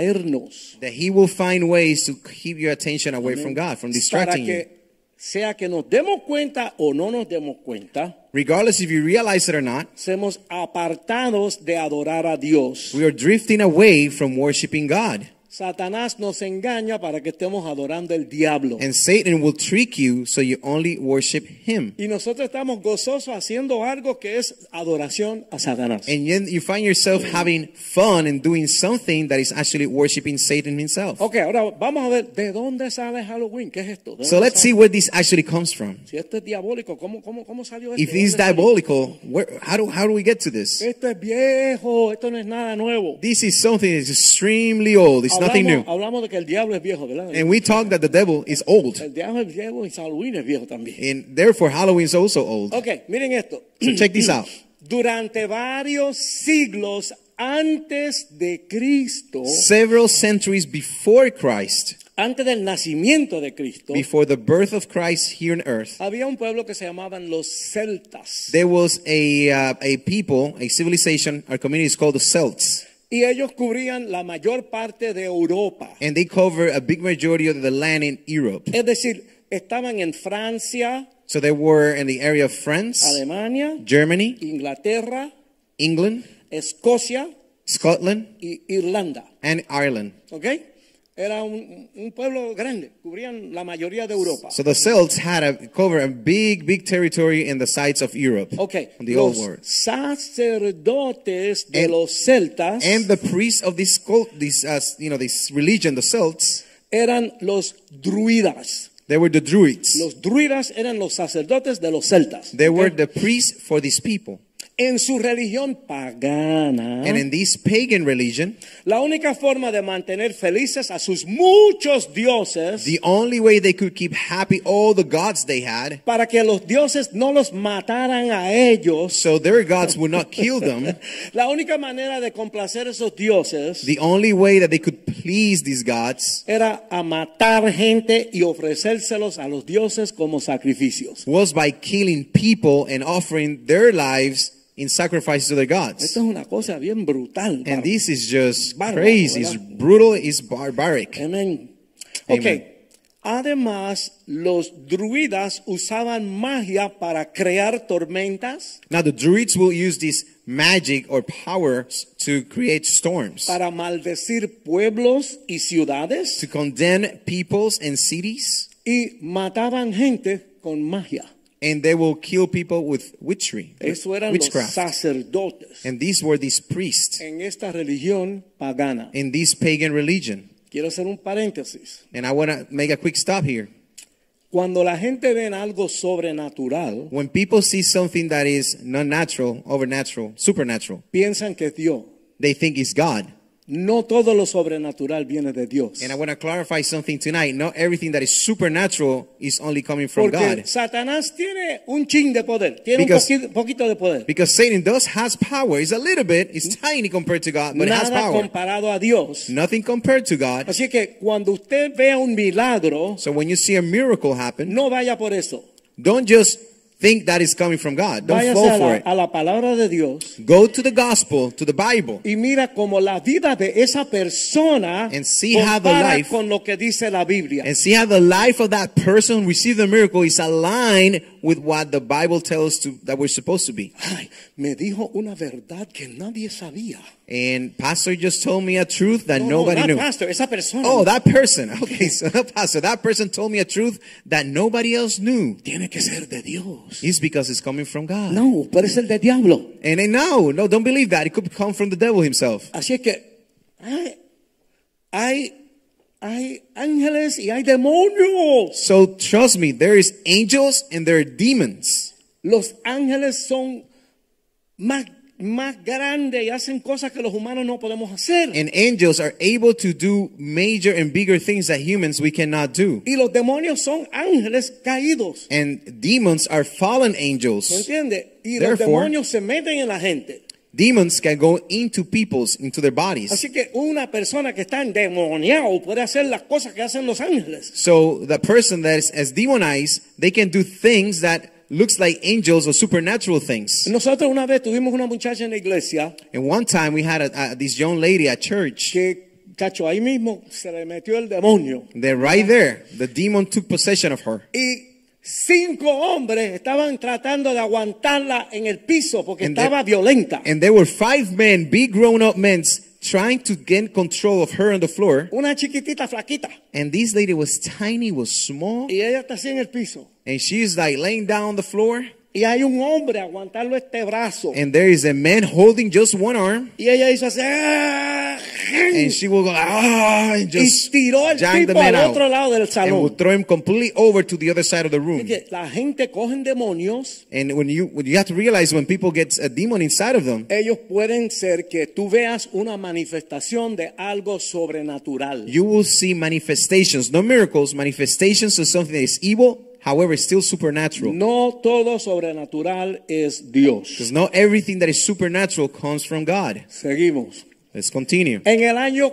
Speaker 3: distraernos
Speaker 2: that he will find ways to keep your attention away from God, from
Speaker 3: para
Speaker 2: distracting you.
Speaker 3: que sea que nos demos cuenta o no nos demos cuenta,
Speaker 2: Regardless if you realize it or not,
Speaker 3: seamos apartados de adorar a Dios.
Speaker 2: we are drifting away from worshiping God.
Speaker 3: Satanás nos engaña para que estemos adorando al diablo.
Speaker 2: And Satan will trick you so you only worship him.
Speaker 3: Y nosotros estamos gozosos haciendo algo que es adoración a Satanás.
Speaker 2: And yet you find yourself having fun and doing something that is actually worshiping Satan himself.
Speaker 3: Ok, ahora vamos a ver de dónde sale Halloween. ¿Qué es esto? ¿De
Speaker 2: So
Speaker 3: dónde
Speaker 2: let's see
Speaker 3: sale?
Speaker 2: where this actually comes from.
Speaker 3: Si esto es diabólico, ¿cómo, cómo, cómo salió esto?
Speaker 2: If it's
Speaker 3: ¿Dónde salió?
Speaker 2: diabolical, where, how, do, how do we get to this?
Speaker 3: Esto es viejo, esto no es nada nuevo.
Speaker 2: This is something that's extremely old. It's nothing
Speaker 3: hablamos,
Speaker 2: new.
Speaker 3: hablamos de que el diablo es viejo, ¿verdad?
Speaker 2: And we talk that the devil is old.
Speaker 3: el diablo es viejo y Halloween es viejo también.
Speaker 2: And therefore, Halloween is also old.
Speaker 3: Ok, miren esto.
Speaker 2: So check this out.
Speaker 3: Durante varios siglos antes de Cristo,
Speaker 2: Several centuries before Christ,
Speaker 3: antes del nacimiento de Cristo,
Speaker 2: before the birth of Christ here on earth,
Speaker 3: había un pueblo que se llamaban los celtas.
Speaker 2: there was a, uh, a people, a civilization, our community is called the Celts.
Speaker 3: y ellos cubrían la mayor parte de Europa.
Speaker 2: And they cover a big majority of the land in Europe.
Speaker 3: Es decir, estaban en Francia,
Speaker 2: So they were in the area of France,
Speaker 3: Alemania,
Speaker 2: Germany,
Speaker 3: Inglaterra,
Speaker 2: England,
Speaker 3: Escocia
Speaker 2: Scotland,
Speaker 3: y Irlanda.
Speaker 2: and Ireland.
Speaker 3: ¿Ok? Era un, un pueblo grande, cubrían la mayoría de Europa.
Speaker 2: So the Celts had a cover a big, big territory in the sides of Europe.
Speaker 3: Ok,
Speaker 2: in the old
Speaker 3: los
Speaker 2: world.
Speaker 3: sacerdotes de
Speaker 2: And-
Speaker 3: los celtas
Speaker 2: And the priests of this cult, this uh, you know, this religion, the Celts,
Speaker 3: eran los druidas.
Speaker 2: they were the Druids.
Speaker 3: Los druidas eran los sacerdotes de los celtas.
Speaker 2: They
Speaker 3: ¿ok?
Speaker 2: were the priests for these people.
Speaker 3: En su religión pagana,
Speaker 2: And in this pagan religion,
Speaker 3: la única forma de mantener felices a sus muchos dioses
Speaker 2: the only way they could keep happy all the gods they had,
Speaker 3: para que los dioses no los mataran a ellos.
Speaker 2: so their gods would not kill them.
Speaker 3: La única manera de complacer a esos dioses
Speaker 2: The only way that they could please these gods
Speaker 3: era a matar gente y ofrecérselos a los dioses como sacrificios.
Speaker 2: was by killing people and offering their lives in sacrifice to their gods.
Speaker 3: Esto es una cosa bien brutal.
Speaker 2: And this is just
Speaker 3: Bárbaro,
Speaker 2: crazy. It's
Speaker 3: ¿verdad?
Speaker 2: brutal. It's barbaric.
Speaker 3: Amén.
Speaker 2: Amén.
Speaker 3: Ok. Además, los druidas usaban magia para crear tormentas,
Speaker 2: Now the druids will use this magic or powers to create storms,
Speaker 3: para maldecir pueblos y ciudades
Speaker 2: to condemn peoples and cities,
Speaker 3: y mataban gente con magia.
Speaker 2: and they will kill people with witchery, with
Speaker 3: Eso eran los
Speaker 2: witchcraft.
Speaker 3: sacerdotes
Speaker 2: And these were these priests
Speaker 3: en esta religión pagana.
Speaker 2: in this pagan religion.
Speaker 3: Quiero hacer un paréntesis.
Speaker 2: And I want to make a quick stop here.
Speaker 3: Cuando la gente ve en algo sobrenatural,
Speaker 2: When people see something that is non natural, overnatural, supernatural,
Speaker 3: piensan que es Dios.
Speaker 2: they think it's God.
Speaker 3: No todo lo sobrenatural viene de Dios.
Speaker 2: And I want to clarify something tonight. Not everything that is supernatural is only coming from
Speaker 3: Porque
Speaker 2: God.
Speaker 3: Satanás tiene un chin de poder, tiene
Speaker 2: Because-
Speaker 3: un poqui- poquito de poder.
Speaker 2: Because Satan does has power. It's a little bit, it's tiny compared to God, but it has
Speaker 3: Nada
Speaker 2: power.
Speaker 3: comparado a Dios.
Speaker 2: Nothing compared to God.
Speaker 3: Así que cuando usted vea un milagro,
Speaker 2: So when you see a miracle happen,
Speaker 3: no vaya por eso.
Speaker 2: don't just think that is coming from God. Don't
Speaker 3: Váyase
Speaker 2: fall
Speaker 3: a
Speaker 2: for
Speaker 3: la,
Speaker 2: it.
Speaker 3: a la palabra de Dios
Speaker 2: Go to the gospel, to the Bible,
Speaker 3: y mira cómo la vida de esa persona
Speaker 2: And see how the
Speaker 3: compara
Speaker 2: life-
Speaker 3: con lo que dice la Biblia.
Speaker 2: and see how the life of that person who received the miracle is aligned with what the Bible tells to that we're supposed to be.
Speaker 3: Ay, me dijo una verdad que nadie sabía.
Speaker 2: And pastor just told me a truth that
Speaker 3: No, no,
Speaker 2: nobody
Speaker 3: not
Speaker 2: knew.
Speaker 3: Oh, pastor, esa persona
Speaker 2: Oh, that person. Okay, so that pastor, that person told me a truth that nobody else knew.
Speaker 3: tiene que ser de Dios.
Speaker 2: It's because it's coming from God.
Speaker 3: No, parece el de diablo.
Speaker 2: And, and no, no, don't believe that. It could come from the devil himself.
Speaker 3: Así es que ay, hay, hay ángeles y hay demonios.
Speaker 2: So trust me, there is angels and there are demons.
Speaker 3: Los ángeles son más, más grandes y hacen cosas que los humanos no podemos hacer.
Speaker 2: And angels are able to do major and bigger things that humans we cannot do.
Speaker 3: y los demonios son ángeles caídos.
Speaker 2: And demons are fallen
Speaker 3: ¿Me
Speaker 2: angels.
Speaker 3: entiendes? Y los
Speaker 2: Therefore-
Speaker 3: demonios se meten en la gente.
Speaker 2: Demons can go into people's, into their bodies.
Speaker 3: Así que una persona que está endemoniado puede hacer las cosas que hacen los ángeles.
Speaker 2: So the person that is as demonized, they can do things that looks like angels or supernatural things.
Speaker 3: Nosotros una vez tuvimos una muchacha en la iglesia
Speaker 2: And one time we had a, a, this young lady at church.
Speaker 3: que, cacho, ahí mismo se le metió el demonio.
Speaker 2: Then right there, the demon took possession of her.
Speaker 3: Y cinco hombres estaban tratando de aguantarla en el piso porque
Speaker 2: And
Speaker 3: estaba
Speaker 2: the-
Speaker 3: violenta.
Speaker 2: And there were five men, big grown-up men, trying to get control of her on the floor.
Speaker 3: una chiquitita flaquita.
Speaker 2: And this lady was tiny, was small,
Speaker 3: Y ella está así en el piso.
Speaker 2: and she's like laying down on the floor.
Speaker 3: Y hay un hombre aguantando este brazo.
Speaker 2: And there is a man holding just one arm,
Speaker 3: y ella hizo así. ¡ah!
Speaker 2: and she will go ah, and
Speaker 3: y
Speaker 2: just
Speaker 3: tiró al
Speaker 2: jang the
Speaker 3: tipo
Speaker 2: man
Speaker 3: al
Speaker 2: out,
Speaker 3: otro lado del
Speaker 2: and will
Speaker 3: salón.
Speaker 2: throw him completely over to the other side of the room.
Speaker 3: Que la gente cogen demonios.
Speaker 2: And when you when you have to realize when people get a demon inside of them,
Speaker 3: Ellos pueden ser que tú veas una manifestación de algo sobrenatural.
Speaker 2: you will see manifestations, no miracles, manifestations of something that is evil, however, it's still supernatural.
Speaker 3: no todo sobrenatural es Dios.
Speaker 2: Because not everything that is supernatural comes from God.
Speaker 3: Seguimos.
Speaker 2: Let's continue.
Speaker 3: En el año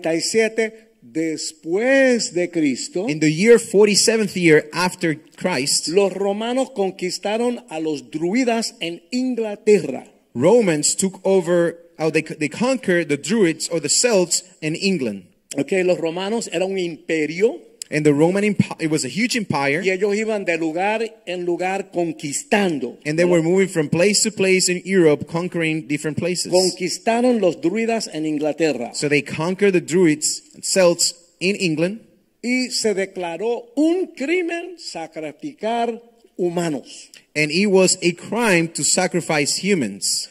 Speaker 3: 47 después de Cristo,
Speaker 2: In the year 47th year after Christ,
Speaker 3: los romanos conquistaron a los druidas en Inglaterra.
Speaker 2: Romans took over, oh, they, they conquered the Druids or the Celts in England.
Speaker 3: Okay, los romanos era un imperio
Speaker 2: And the Roman Empire, it was a huge empire.
Speaker 3: y ellos iban de lugar en lugar conquistando.
Speaker 2: And they were moving from place to place in Europe, conquering different places.
Speaker 3: Conquistaron los druidas en Inglaterra
Speaker 2: So they conquered the Druids and Celts in England.
Speaker 3: y se declaró un crimen sacrificar humanos.
Speaker 2: And it was a crime to sacrifice humans.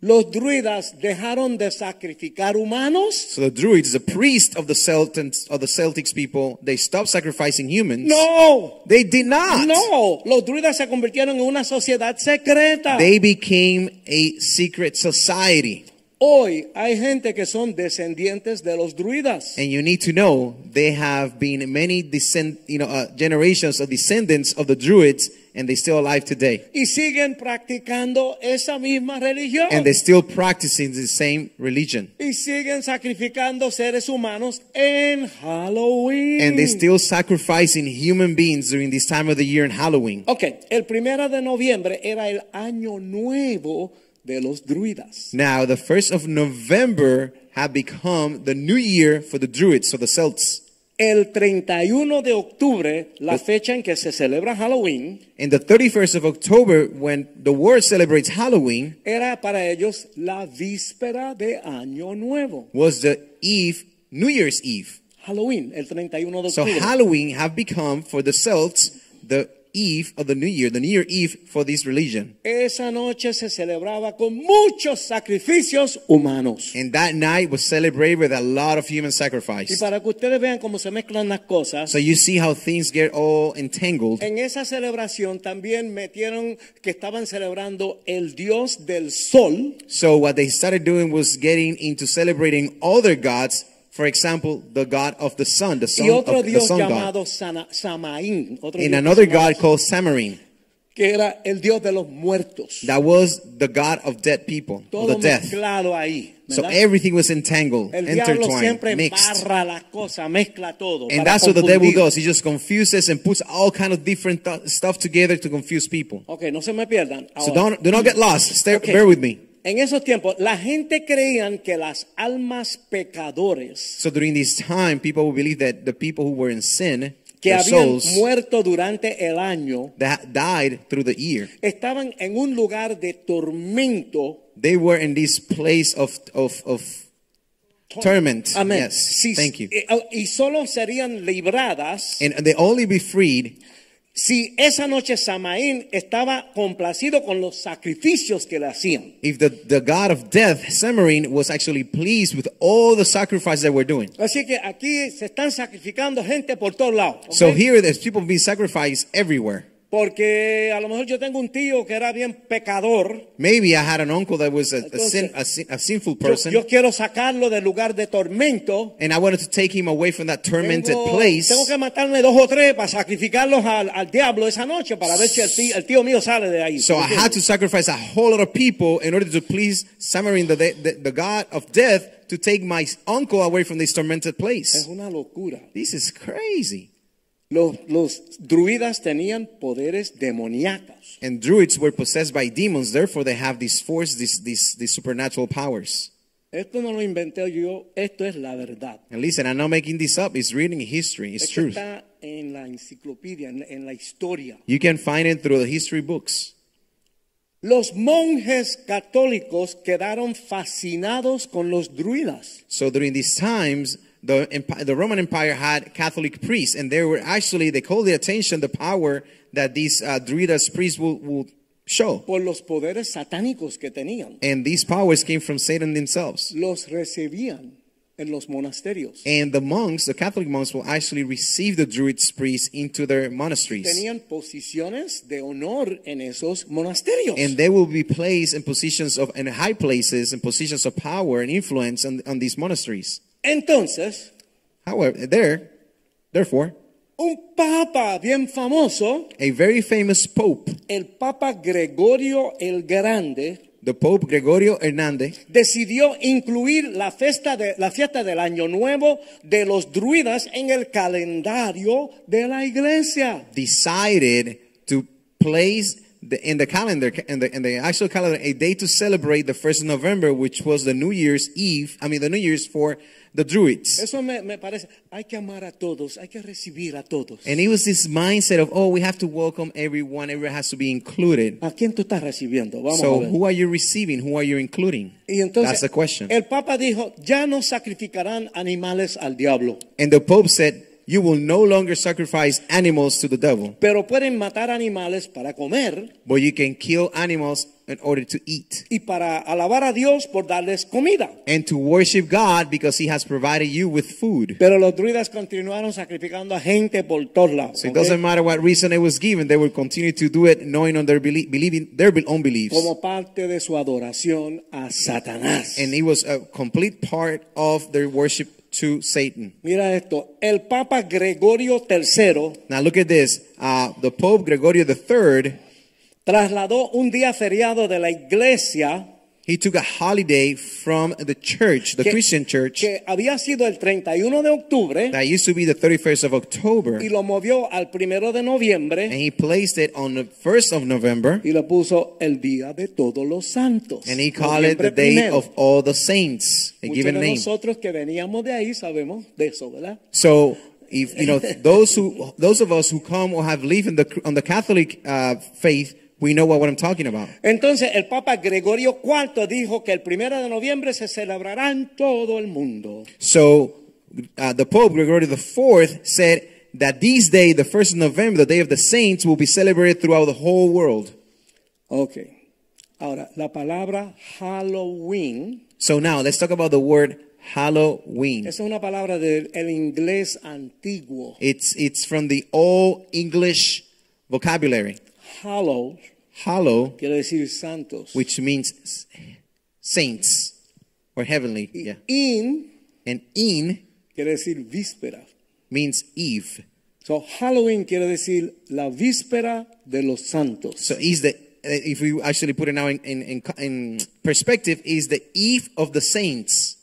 Speaker 3: Los druidas dejaron de sacrificar humanos.
Speaker 2: So the Druids, the priests of the Celtics, of the Celtics people, they stopped sacrificing humans.
Speaker 3: No,
Speaker 2: They did not.
Speaker 3: no, los druidas se convirtieron en una sociedad secreta.
Speaker 2: They became a secret society.
Speaker 3: Hoy hay gente que son descendientes de los druidas.
Speaker 2: And you need to know they have been many descend, you know, uh, generations of descendants of the Druids, and they're still alive today.
Speaker 3: y siguen practicando esa misma religión
Speaker 2: And they're still practicing the same religion.
Speaker 3: y siguen sacrificando seres humanos en Halloween.
Speaker 2: And they're still sacrificing human beings during this time of the year in Halloween.
Speaker 3: ok, el primero de noviembre era el año nuevo de los druidas.
Speaker 2: Now, the first of November have become the new year for the Druids, so the Celts.
Speaker 3: El 31 de octubre, la fecha en que se celebra Halloween,
Speaker 2: And the 31st of October, when the world celebrates Halloween,
Speaker 3: era para ellos la víspera de año nuevo.
Speaker 2: was the Eve, New Year's Eve.
Speaker 3: Halloween, el 31 de
Speaker 2: So
Speaker 3: octubre.
Speaker 2: Halloween have become for the Celts the eve of the new year, the new year eve for this religion.
Speaker 3: Esa noche se celebraba con muchos sacrificios humanos.
Speaker 2: And that night was celebrated with a lot of human
Speaker 3: Y
Speaker 2: sacrifice.
Speaker 3: para que ustedes vean cómo se mezclan las cosas,
Speaker 2: So you see how things get all entangled.
Speaker 3: en esa celebración también metieron que estaban celebrando el dios del sol,
Speaker 2: So what they started doing was getting into celebrating other gods. For example, the god of the sun, the sun
Speaker 3: y otro
Speaker 2: of the
Speaker 3: dios
Speaker 2: sun god,
Speaker 3: llamado Sana- Samaín, otro
Speaker 2: and
Speaker 3: dios
Speaker 2: another
Speaker 3: llamado-
Speaker 2: god called Samarin.
Speaker 3: que era el dios de los muertos.
Speaker 2: That was the god of dead people, of
Speaker 3: Todo
Speaker 2: the death.
Speaker 3: mezclado ahí.
Speaker 2: So
Speaker 3: ¿verdad?
Speaker 2: everything was entangled,
Speaker 3: el diablo
Speaker 2: intertwined,
Speaker 3: siempre
Speaker 2: mixed.
Speaker 3: barra las cosas, mezcla todo.
Speaker 2: And
Speaker 3: para
Speaker 2: that's what the devil
Speaker 3: confundir.
Speaker 2: does. He just confuses and puts all kind of different th- stuff together to confuse people.
Speaker 3: Ok, no se me pierdan.
Speaker 2: So
Speaker 3: Ahora,
Speaker 2: don't do not get lost. Stay,
Speaker 3: Ok.
Speaker 2: Bear with me.
Speaker 3: En esos tiempos, la gente creían que las almas pecadores
Speaker 2: So during this time, people will believe that the people who were in sin,
Speaker 3: que
Speaker 2: their
Speaker 3: habían
Speaker 2: souls,
Speaker 3: muerto durante el año
Speaker 2: that died through the year,
Speaker 3: estaban en un lugar de tormento.
Speaker 2: they were in this place of of of torment.
Speaker 3: Amén.
Speaker 2: Yes.
Speaker 3: Si-
Speaker 2: Thank you.
Speaker 3: eh, Y solo serían libradas
Speaker 2: And they only be freed
Speaker 3: si esa noche Samaín estaba complacido con los sacrificios que le hacían.
Speaker 2: if the, the god of death, Samarin, was actually pleased with all the sacrifice that we're doing.
Speaker 3: Así que aquí se están sacrificando gente por todos lados. ¿ok?
Speaker 2: So here, there's people being sacrificed everywhere.
Speaker 3: Porque a lo mejor yo tengo un tío que era bien pecador.
Speaker 2: Maybe I had an uncle that was a, a, sin,
Speaker 3: Entonces,
Speaker 2: a, sin, a sinful
Speaker 3: Yo,
Speaker 2: person,
Speaker 3: yo quiero sacarlo del lugar de tormento.
Speaker 2: and I wanted to take him away from that tormented
Speaker 3: Tengo,
Speaker 2: place.
Speaker 3: tengo que matarme dos o tres para sacrificarlos al, al diablo esa noche para ver si el tío, el tío mío sale de ahí.
Speaker 2: So I had to sacrifice a whole lot of people in order to please Samarin, the, the, the god of death, to take my uncle away from this tormented
Speaker 3: Es
Speaker 2: place.
Speaker 3: una locura.
Speaker 2: This is crazy.
Speaker 3: Los, los druidas tenían poderes demoníacos.
Speaker 2: And druids were possessed by demons, therefore they have this force, these this, these supernatural powers.
Speaker 3: Esto no lo inventé yo, esto es la verdad.
Speaker 2: And listen, I'm not making this up. It's reading history. It's
Speaker 3: Esto
Speaker 2: truth.
Speaker 3: está en la enciclopedia, en- en la historia.
Speaker 2: You can find it through the history books.
Speaker 3: Los monjes católicos quedaron fascinados con los druidas.
Speaker 2: So during these times, the empi- the Roman Empire had Catholic priests, and they were actually they called the attention the power that these uh, Druidas priests will, will show,
Speaker 3: por los poderes satánicos que tenían.
Speaker 2: and these powers came from Satan themselves.
Speaker 3: Los recibían en los monasterios.
Speaker 2: And the monks, the Catholic monks, will actually receive the Druids priests into their monasteries,
Speaker 3: Tenían posiciones de honor en esos monasterios.
Speaker 2: and they will be placed in positions of in high places and positions of power and influence on, on these monasteries.
Speaker 3: Entonces,
Speaker 2: However, there, therefore,
Speaker 3: un papa bien famoso,
Speaker 2: a very famous pope,
Speaker 3: el papa Gregorio el Grande,
Speaker 2: the Pope Gregorio Hernandez.
Speaker 3: decidió incluir la fiesta, de, la fiesta del Año Nuevo de los druidas en el calendario de la iglesia.
Speaker 2: decided to place the, in the calendar in the, in the actual calendar a day to celebrate the first of November, which was the New Year's Eve. I mean, the New Year's for the Druids.
Speaker 3: Eso me, me parece, hay que amar a todos, hay que recibir a todos.
Speaker 2: And it was this mindset of, oh, we have to welcome everyone. Everyone has to be included.
Speaker 3: ¿A quién tú estás recibiendo? Vamos a
Speaker 2: So
Speaker 3: ver.
Speaker 2: who are you receiving? Who are you including?
Speaker 3: Y entonces
Speaker 2: That's the question.
Speaker 3: el Papa dijo, ya no sacrificarán animales al diablo,
Speaker 2: And the Pope said, you will no longer sacrifice animals to the devil,
Speaker 3: pero pueden matar animales para comer
Speaker 2: but you can kill animals in order to eat
Speaker 3: y para alabar a Dios por darles comida.
Speaker 2: and to worship God because He has provided you with food.
Speaker 3: Pero los druidas continuaron sacrificando a gente por todos lados.
Speaker 2: So it
Speaker 3: ¿ok?
Speaker 2: doesn't matter what reason it was given, they will continue to do it knowing on their belie- believing their be- own beliefs.
Speaker 3: Como parte de su adoración a Satanás.
Speaker 2: And it was a complete part of their worship to Satan.
Speaker 3: Mira esto, el Papa Gregorio III
Speaker 2: Now look at this. Uh, the Pope Gregorio III,
Speaker 3: trasladó un día feriado de la iglesia
Speaker 2: he took a holiday from the church, the
Speaker 3: que-
Speaker 2: Christian church,
Speaker 3: que había sido el 31 de octubre
Speaker 2: that used to be the 31st of October,
Speaker 3: y lo movió al primero de noviembre
Speaker 2: and he placed it on the 1st of November,
Speaker 3: y lo puso el día de todos los santos.
Speaker 2: and he called it the
Speaker 3: Noviembre
Speaker 2: Day
Speaker 3: primero.
Speaker 2: of All the Saints, a
Speaker 3: Muchos
Speaker 2: given
Speaker 3: de
Speaker 2: name.
Speaker 3: nosotros que veníamos de ahí sabemos de eso, ¿verdad?
Speaker 2: So if you know those who those of us who come or have lived in the on the Catholic uh, faith, we know what, what I'm talking about.
Speaker 3: Entonces el Papa Gregorio IV dijo que el primero de noviembre se celebrará en todo el mundo.
Speaker 2: So uh, the Pope Gregory the Fourth said that this day, the 1st of November, the day of the saints, will be celebrated throughout the whole world.
Speaker 3: Ok. Ahora, la palabra Halloween,
Speaker 2: So now let's talk about the word Halloween.
Speaker 3: esa es una palabra del el inglés antiguo.
Speaker 2: It's, it's from the Old English vocabulary.
Speaker 3: Hallow
Speaker 2: Hallow,
Speaker 3: quiere decir santos.
Speaker 2: which means s- saints or heavenly.
Speaker 3: Y
Speaker 2: Yeah.
Speaker 3: In
Speaker 2: And in
Speaker 3: quiere decir víspera.
Speaker 2: means eve.
Speaker 3: So, Halloween quiere decir la víspera de los santos.
Speaker 2: So is the uh, if we actually put it now in in, in, in perspective, is the eve of the saints.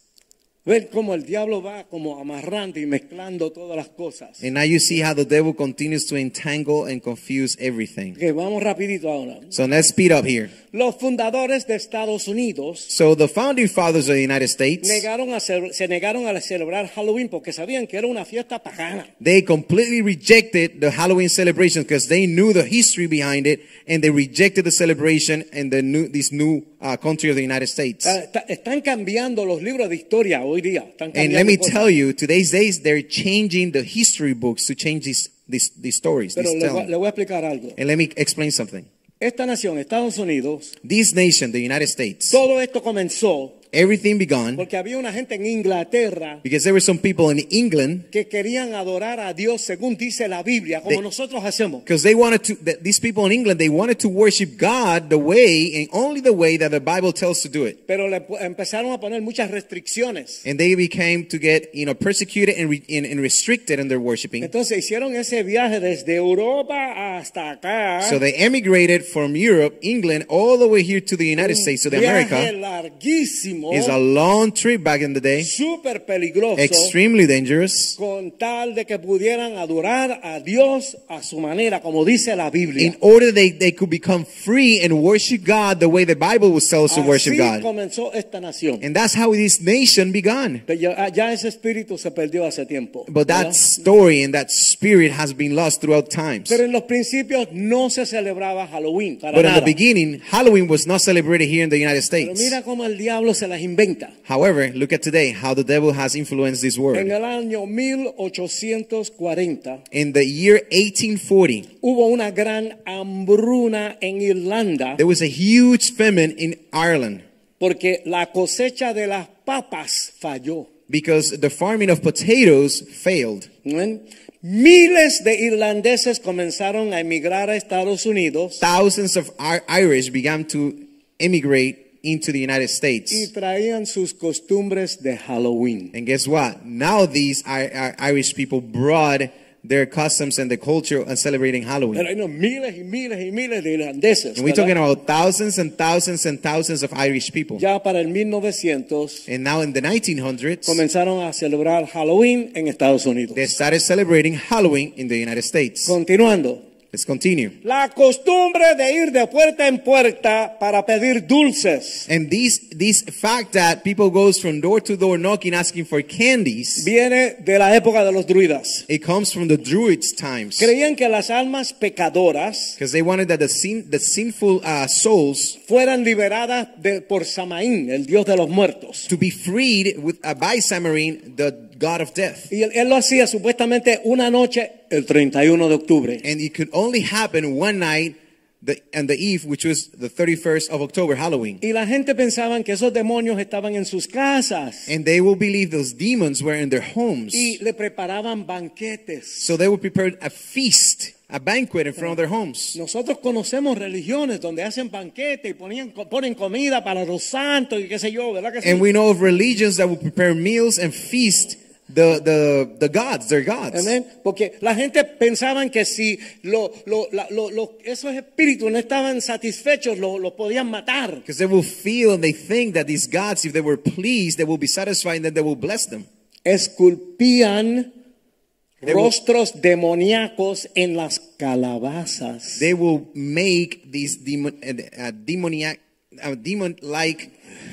Speaker 3: Ver cómo el diablo va como amarrando y mezclando todas las cosas.
Speaker 2: And now you see how the devil continues to entangle and confuse everything.
Speaker 3: Que vamos rapidito ahora.
Speaker 2: So let's speed up here.
Speaker 3: Los fundadores de Estados Unidos
Speaker 2: So the founding fathers of the United States,
Speaker 3: negaron a ce- se negaron a celebrar Halloween porque sabían que era una fiesta pagana.
Speaker 2: they completely rejected the Halloween celebration because they knew the history behind it, and they rejected the celebration and the new this new uh, country of the United States.
Speaker 3: Ah, está- están cambiando los libros de historia hoy día. Están
Speaker 2: And
Speaker 3: cambiando
Speaker 2: let me
Speaker 3: cosas.
Speaker 2: tell you, today's days they're changing the history books to change these these, these stories.
Speaker 3: Pero
Speaker 2: These
Speaker 3: le, voy-
Speaker 2: telling.
Speaker 3: le voy a explicar algo.
Speaker 2: And let me explain something.
Speaker 3: Esta nación, Estados Unidos,
Speaker 2: This nation, the United States,
Speaker 3: todo esto comenzó
Speaker 2: everything began
Speaker 3: porque había una gente en Inglaterra
Speaker 2: because there were some people in England
Speaker 3: que querían adorar a Dios según dice la Biblia, como
Speaker 2: They-
Speaker 3: nosotros hacemos.
Speaker 2: because they wanted to. That these people in England they wanted to worship God the way and only the way that the Bible tells to do it.
Speaker 3: Pero le pu- empezaron a poner muchas restricciones.
Speaker 2: And they became to get you know persecuted and, re, and, and restricted in their worshiping.
Speaker 3: Entonces hicieron ese viaje desde Europa hasta acá.
Speaker 2: So they emigrated from Europe, England, all the way here to the United
Speaker 3: Mm.
Speaker 2: States, to the
Speaker 3: viaje
Speaker 2: America.
Speaker 3: larguísimo,
Speaker 2: It's a long trip back in the day,
Speaker 3: súper peligroso,
Speaker 2: extremely dangerous.
Speaker 3: con tal de que pudieran adorar a Dios a su manera, como dice la Biblia.
Speaker 2: In order they, they could become free and worship God the way the Bible was tells us to worship
Speaker 3: Así
Speaker 2: God.
Speaker 3: comenzó esta nación.
Speaker 2: And that's how this nation began.
Speaker 3: Pero ya, ya ese espíritu se perdió hace tiempo.
Speaker 2: But
Speaker 3: ¿verdad?
Speaker 2: that story and that spirit has been lost throughout times.
Speaker 3: Pero en los principios no se celebraba Halloween para
Speaker 2: But in
Speaker 3: nada.
Speaker 2: the beginning, Halloween was not celebrated here in the United
Speaker 3: Pero
Speaker 2: States.
Speaker 3: mira cómo el diablo se las inventa.
Speaker 2: However, look at today how the devil has influenced this
Speaker 3: En
Speaker 2: world.
Speaker 3: el año 1840
Speaker 2: In the year 1840,
Speaker 3: hubo una gran hambruna en Irlanda
Speaker 2: there was a huge famine in Ireland
Speaker 3: porque la cosecha de las papas falló.
Speaker 2: because the farming of potatoes failed.
Speaker 3: ¿Ven? Miles de irlandeses comenzaron a emigrar a Estados Unidos
Speaker 2: Thousands of Ir- Irish began to emigrate into the United States.
Speaker 3: y traían sus costumbres de Halloween.
Speaker 2: And guess what? Now these I- I- Irish people brought their customs and the culture of celebrating
Speaker 3: Pero
Speaker 2: Halloween.
Speaker 3: hay unos miles y miles y miles de irlandeses.
Speaker 2: And we're
Speaker 3: ¿verdad?
Speaker 2: talking about thousands and thousands and thousands of Irish people.
Speaker 3: Ya para el 1900
Speaker 2: And now in the 1900s,
Speaker 3: comenzaron a celebrar Halloween en Estados Unidos.
Speaker 2: they started celebrating Halloween in the United States.
Speaker 3: Continuando.
Speaker 2: Let's continue.
Speaker 3: La costumbre de ir de puerta en puerta para pedir dulces
Speaker 2: And these this fact that people goes from door to door knocking asking for candies,
Speaker 3: viene de la época de los druidas.
Speaker 2: it comes from the Druids times.
Speaker 3: Creían que las almas pecadoras
Speaker 2: Because they wanted that the sin, the sinful uh, souls
Speaker 3: fueran liberadas de- por Samaín, el dios de los muertos.
Speaker 2: to be freed with, uh, by Samarine, the god of death.
Speaker 3: Y él, él lo hacía supuestamente una noche, el 31 de octubre.
Speaker 2: and it could only happen one night the, and the eve which was the 31st of october halloween
Speaker 3: Y la gente pensaba que esos demonios estaban en sus casas
Speaker 2: and they will believe those demons were in their homes
Speaker 3: y le preparaban banquetes.
Speaker 2: so they will prepare a feast a banquet in front of their homes
Speaker 3: Nosotros conocemos religiones donde hacen banquetes y ponían, ponen comida para los santos y qué sé yo, ¿verdad que sí?
Speaker 2: and we know of religions that will prepare meals and feast the, the, the gods their gods
Speaker 3: Amén. Porque la gente pensaban que si lo- lo- la- lo- lo- esos espíritus no estaban satisfechos, lo- los podían matar.
Speaker 2: because they will feel and they think that these gods if they were pleased they will be satisfied and then they will bless them
Speaker 3: Esculpían
Speaker 2: They will-
Speaker 3: rostros demoníacos en las calabazas.
Speaker 2: they will make these demon, uh, uh, demoniac, uh, demon-like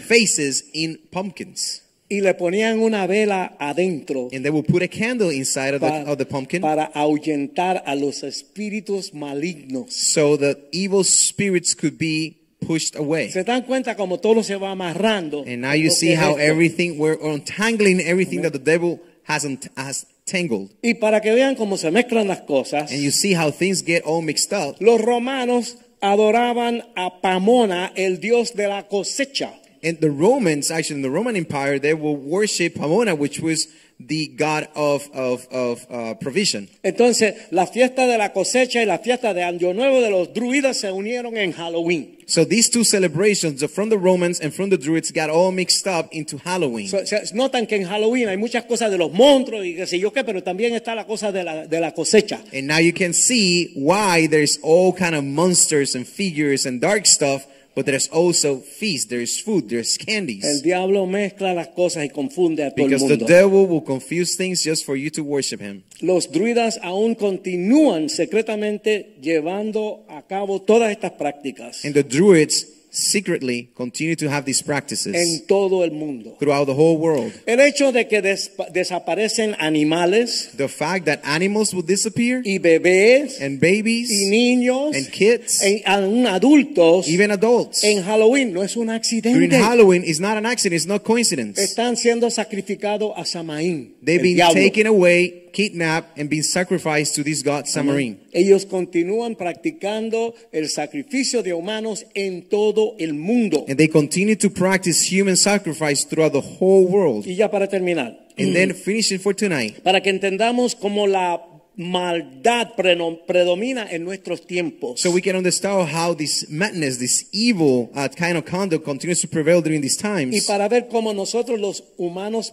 Speaker 2: faces in pumpkins
Speaker 3: y le ponían una vela adentro
Speaker 2: and they will put a candle inside of the,
Speaker 3: pa-
Speaker 2: of the pumpkin
Speaker 3: para ahuyentar a los espíritus malignos.
Speaker 2: so the evil spirits could be pushed away.
Speaker 3: Se dan cuenta como todo se va amarrando.
Speaker 2: And now you
Speaker 3: Lo
Speaker 2: see
Speaker 3: que es
Speaker 2: how
Speaker 3: esto.
Speaker 2: everything, we're untangling everything that the devil has, unt- has tangled.
Speaker 3: Y para que vean cómo se mezclan las cosas,
Speaker 2: And you see how things get all mixed up.
Speaker 3: los romanos adoraban a Pamona, el dios de la cosecha.
Speaker 2: And the Romans, actually, in the Roman Empire, they will worship Pomona, which was the god of, of, of uh, provision.
Speaker 3: Entonces, la fiesta de la cosecha y la fiesta de Año Nuevo de los druidas se unieron en Halloween.
Speaker 2: So these two celebrations the- from the Romans and from the Druids got all mixed up into Halloween.
Speaker 3: So, se- notan que en Halloween hay muchas cosas de los monstruos y qué sé yo qué, pero también está la cosa de la, de la cosecha.
Speaker 2: and now you can see why there's all kind of monsters and figures and dark stuff, but there's also feast, there's food, there's
Speaker 3: El
Speaker 2: candies.
Speaker 3: diablo mezcla las cosas y confunde a todo el
Speaker 2: Because the
Speaker 3: mundo.
Speaker 2: devil will confuse things just for you to worship him.
Speaker 3: Los druidas aún continúan secretamente llevando a cabo todas estas prácticas
Speaker 2: And the Druids secretly continue to have these practices
Speaker 3: en todo el mundo.
Speaker 2: throughout the whole world.
Speaker 3: El hecho de que despa- desaparecen animales
Speaker 2: The fact that animals will disappear
Speaker 3: y bebés
Speaker 2: and babies
Speaker 3: y niños
Speaker 2: and kids,
Speaker 3: y aún adultos
Speaker 2: even adults,
Speaker 3: en Halloween no es un
Speaker 2: during
Speaker 3: accidente.
Speaker 2: Halloween is not an accident, it's not coincidence.
Speaker 3: Están siendo sacrificados a Samaín.
Speaker 2: They've
Speaker 3: el
Speaker 2: been
Speaker 3: diablo.
Speaker 2: taken away, kidnapped, and been sacrificed to this god Samarin.
Speaker 3: Ellos continúan practicando el sacrificio de humanos en todo el mundo.
Speaker 2: And they continue to practice human sacrifice throughout the whole world.
Speaker 3: Y ya para terminar,
Speaker 2: And then finishing for tonight,
Speaker 3: para que entendamos cómo la maldad preno- predomina en nuestros tiempos.
Speaker 2: so we can understand how this madness, this evil uh, kind of conduct continues to prevail during these
Speaker 3: y
Speaker 2: times.
Speaker 3: para ver cómo nosotros los humanos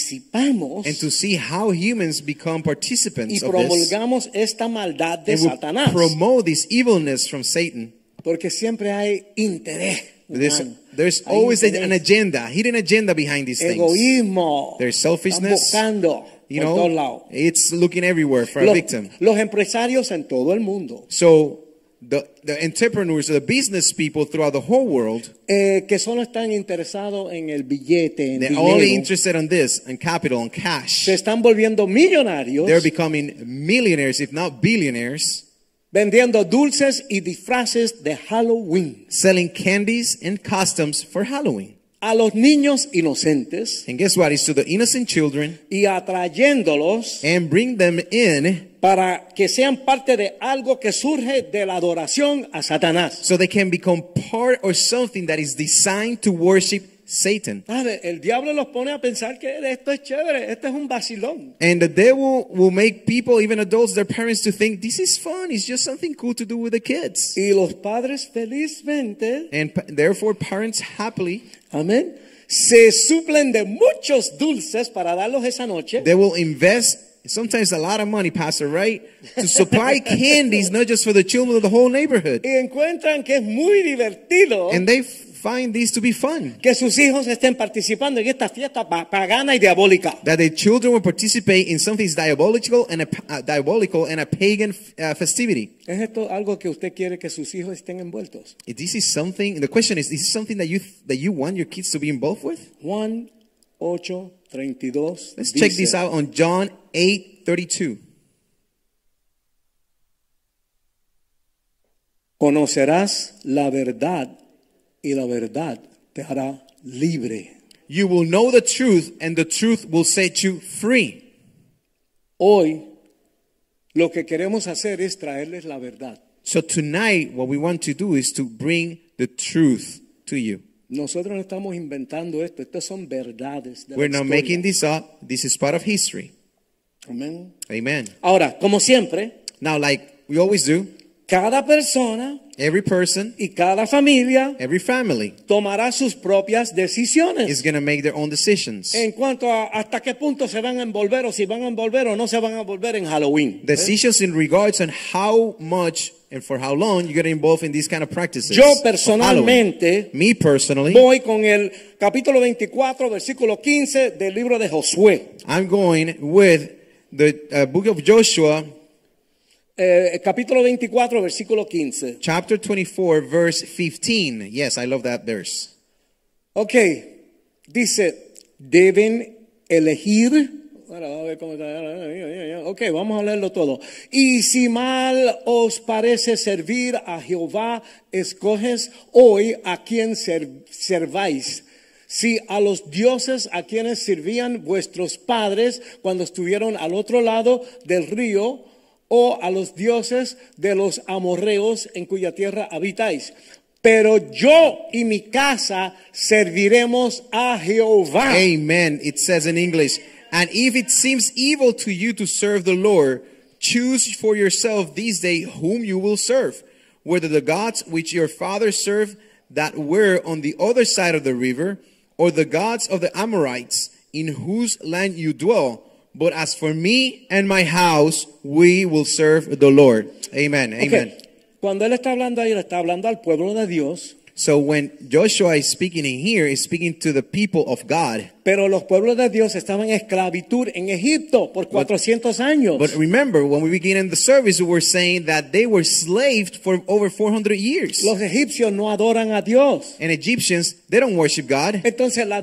Speaker 3: participamos
Speaker 2: And to see how humans become
Speaker 3: y
Speaker 2: participants of this.
Speaker 3: promulgamos esta maldad de
Speaker 2: And will
Speaker 3: Satanás.
Speaker 2: promote this evilness from Satan.
Speaker 3: Porque siempre hay interés.
Speaker 2: There's,
Speaker 3: humano.
Speaker 2: there's
Speaker 3: Hay
Speaker 2: always a-
Speaker 3: interés,
Speaker 2: an agenda, hidden agenda behind these things.
Speaker 3: egoísmo.
Speaker 2: There's selfishness.
Speaker 3: Están buscando
Speaker 2: You
Speaker 3: por todos lados.
Speaker 2: know, it's looking everywhere for a
Speaker 3: Los,
Speaker 2: victim.
Speaker 3: los empresarios en todo el mundo
Speaker 2: So the, the entrepreneurs, the business people throughout the whole world,
Speaker 3: eh, que solo están interesados en el billete, en
Speaker 2: they're
Speaker 3: dinero,
Speaker 2: only interested on this, on capital, on cash.
Speaker 3: se están volviendo millonarios
Speaker 2: They're becoming millionaires, if not billionaires,
Speaker 3: vendiendo dulces y disfraces de Halloween
Speaker 2: selling candies and costumes for Halloween.
Speaker 3: a los niños inocentes
Speaker 2: And guess what? It's to the innocent children
Speaker 3: y atrayéndolos
Speaker 2: and bring them in
Speaker 3: para que sean parte de algo que surge de la adoración a Satanás.
Speaker 2: so they can become part or something that is designed to worship Satan.
Speaker 3: ¿Sabe? El diablo los pone a pensar que esto es chévere, esto es un vacilón.
Speaker 2: And the devil will make people, even adults, their parents, to think this is fun. It's just something cool to do with the kids.
Speaker 3: Y los padres felizmente
Speaker 2: And pa- therefore, parents happily
Speaker 3: Amén. Se suplen de muchos dulces para darlos esa noche.
Speaker 2: They will invest sometimes a lot of money, Pastor, right? To supply candies, not just for the children of the whole neighborhood.
Speaker 3: y encuentran que es muy divertido
Speaker 2: And they f- find these to be fun.
Speaker 3: que sus hijos estén participando en esta fiesta pa- pagana y diabólica.
Speaker 2: That the children will participate in something that's diabolical and a, p- uh, diabolical and a pagan uh, festivity.
Speaker 3: ¿Es esto algo que usted quiere que sus hijos estén envueltos?
Speaker 2: If this is something, the question is, is this something that you th- that you want your kids to be involved with?
Speaker 3: Juan 8, 32.
Speaker 2: Let's check this out on John 8, 32.
Speaker 3: Conocerás la verdad y la verdad te hará libre.
Speaker 2: You will know the truth and the truth will set you free.
Speaker 3: Hoy lo que queremos hacer es traerles la verdad.
Speaker 2: So tonight, what we want to do is to bring the truth to you.
Speaker 3: Nosotros no estamos inventando esto, estas son verdades. De la
Speaker 2: We're not
Speaker 3: historia.
Speaker 2: making this up. This is part of history.
Speaker 3: Amén.
Speaker 2: Amen.
Speaker 3: Ahora, como siempre,
Speaker 2: Now, like we always do,
Speaker 3: cada persona
Speaker 2: every person,
Speaker 3: y cada familia
Speaker 2: every family
Speaker 3: tomará sus propias
Speaker 2: is
Speaker 3: decisiones
Speaker 2: going to make their own decisions.
Speaker 3: en cuanto a hasta qué punto se van a envolver o si van a envolver o no se van a envolver en Halloween.
Speaker 2: Decisions in regards on how much and for how long you're going to involve in these kind of practices.
Speaker 3: Yo
Speaker 2: of Halloween.
Speaker 3: personalmente
Speaker 2: me personally,
Speaker 3: voy con el capítulo 24, versículo 15 del libro de Josué.
Speaker 2: I'm going with the uh, book of Joshua,
Speaker 3: Eh, capítulo 24, versículo 15.
Speaker 2: chapter 24, verse 15. Yes, I love that verse.
Speaker 3: Ok, dice, deben elegir. Ahora, a ver cómo está. Ok, vamos a leerlo todo. Y si mal os parece servir a Jehová, escoges hoy a quien ser- serváis. Si a los dioses a quienes servían vuestros padres cuando estuvieron al otro lado del río, o a los dioses de los amorreos en cuya tierra habitáis. Pero yo y mi casa serviremos a Jehová.
Speaker 2: Amen. It says in English, and if it seems evil to you to serve the Lord, choose for yourself this day whom you will serve, whether the gods which your fathers served that were on the other side of the river, or the gods of the Amorites in whose land you dwell. But as for me and my house, we will serve the Lord. Amen.
Speaker 3: Ok,
Speaker 2: Amen.
Speaker 3: Cuando él está hablando ahí, le está hablando al pueblo de Dios,
Speaker 2: So when Joshua is speaking in here, he's speaking to the people of God.
Speaker 3: pero los pueblos de Dios estaban en esclavitud en Egipto por 400 años.
Speaker 2: But remember, when we began in the service, we were saying that they were slaved for over 400 years.
Speaker 3: los egipcios no adoran a Dios.
Speaker 2: And Egyptians, they don't worship God.
Speaker 3: Entonces la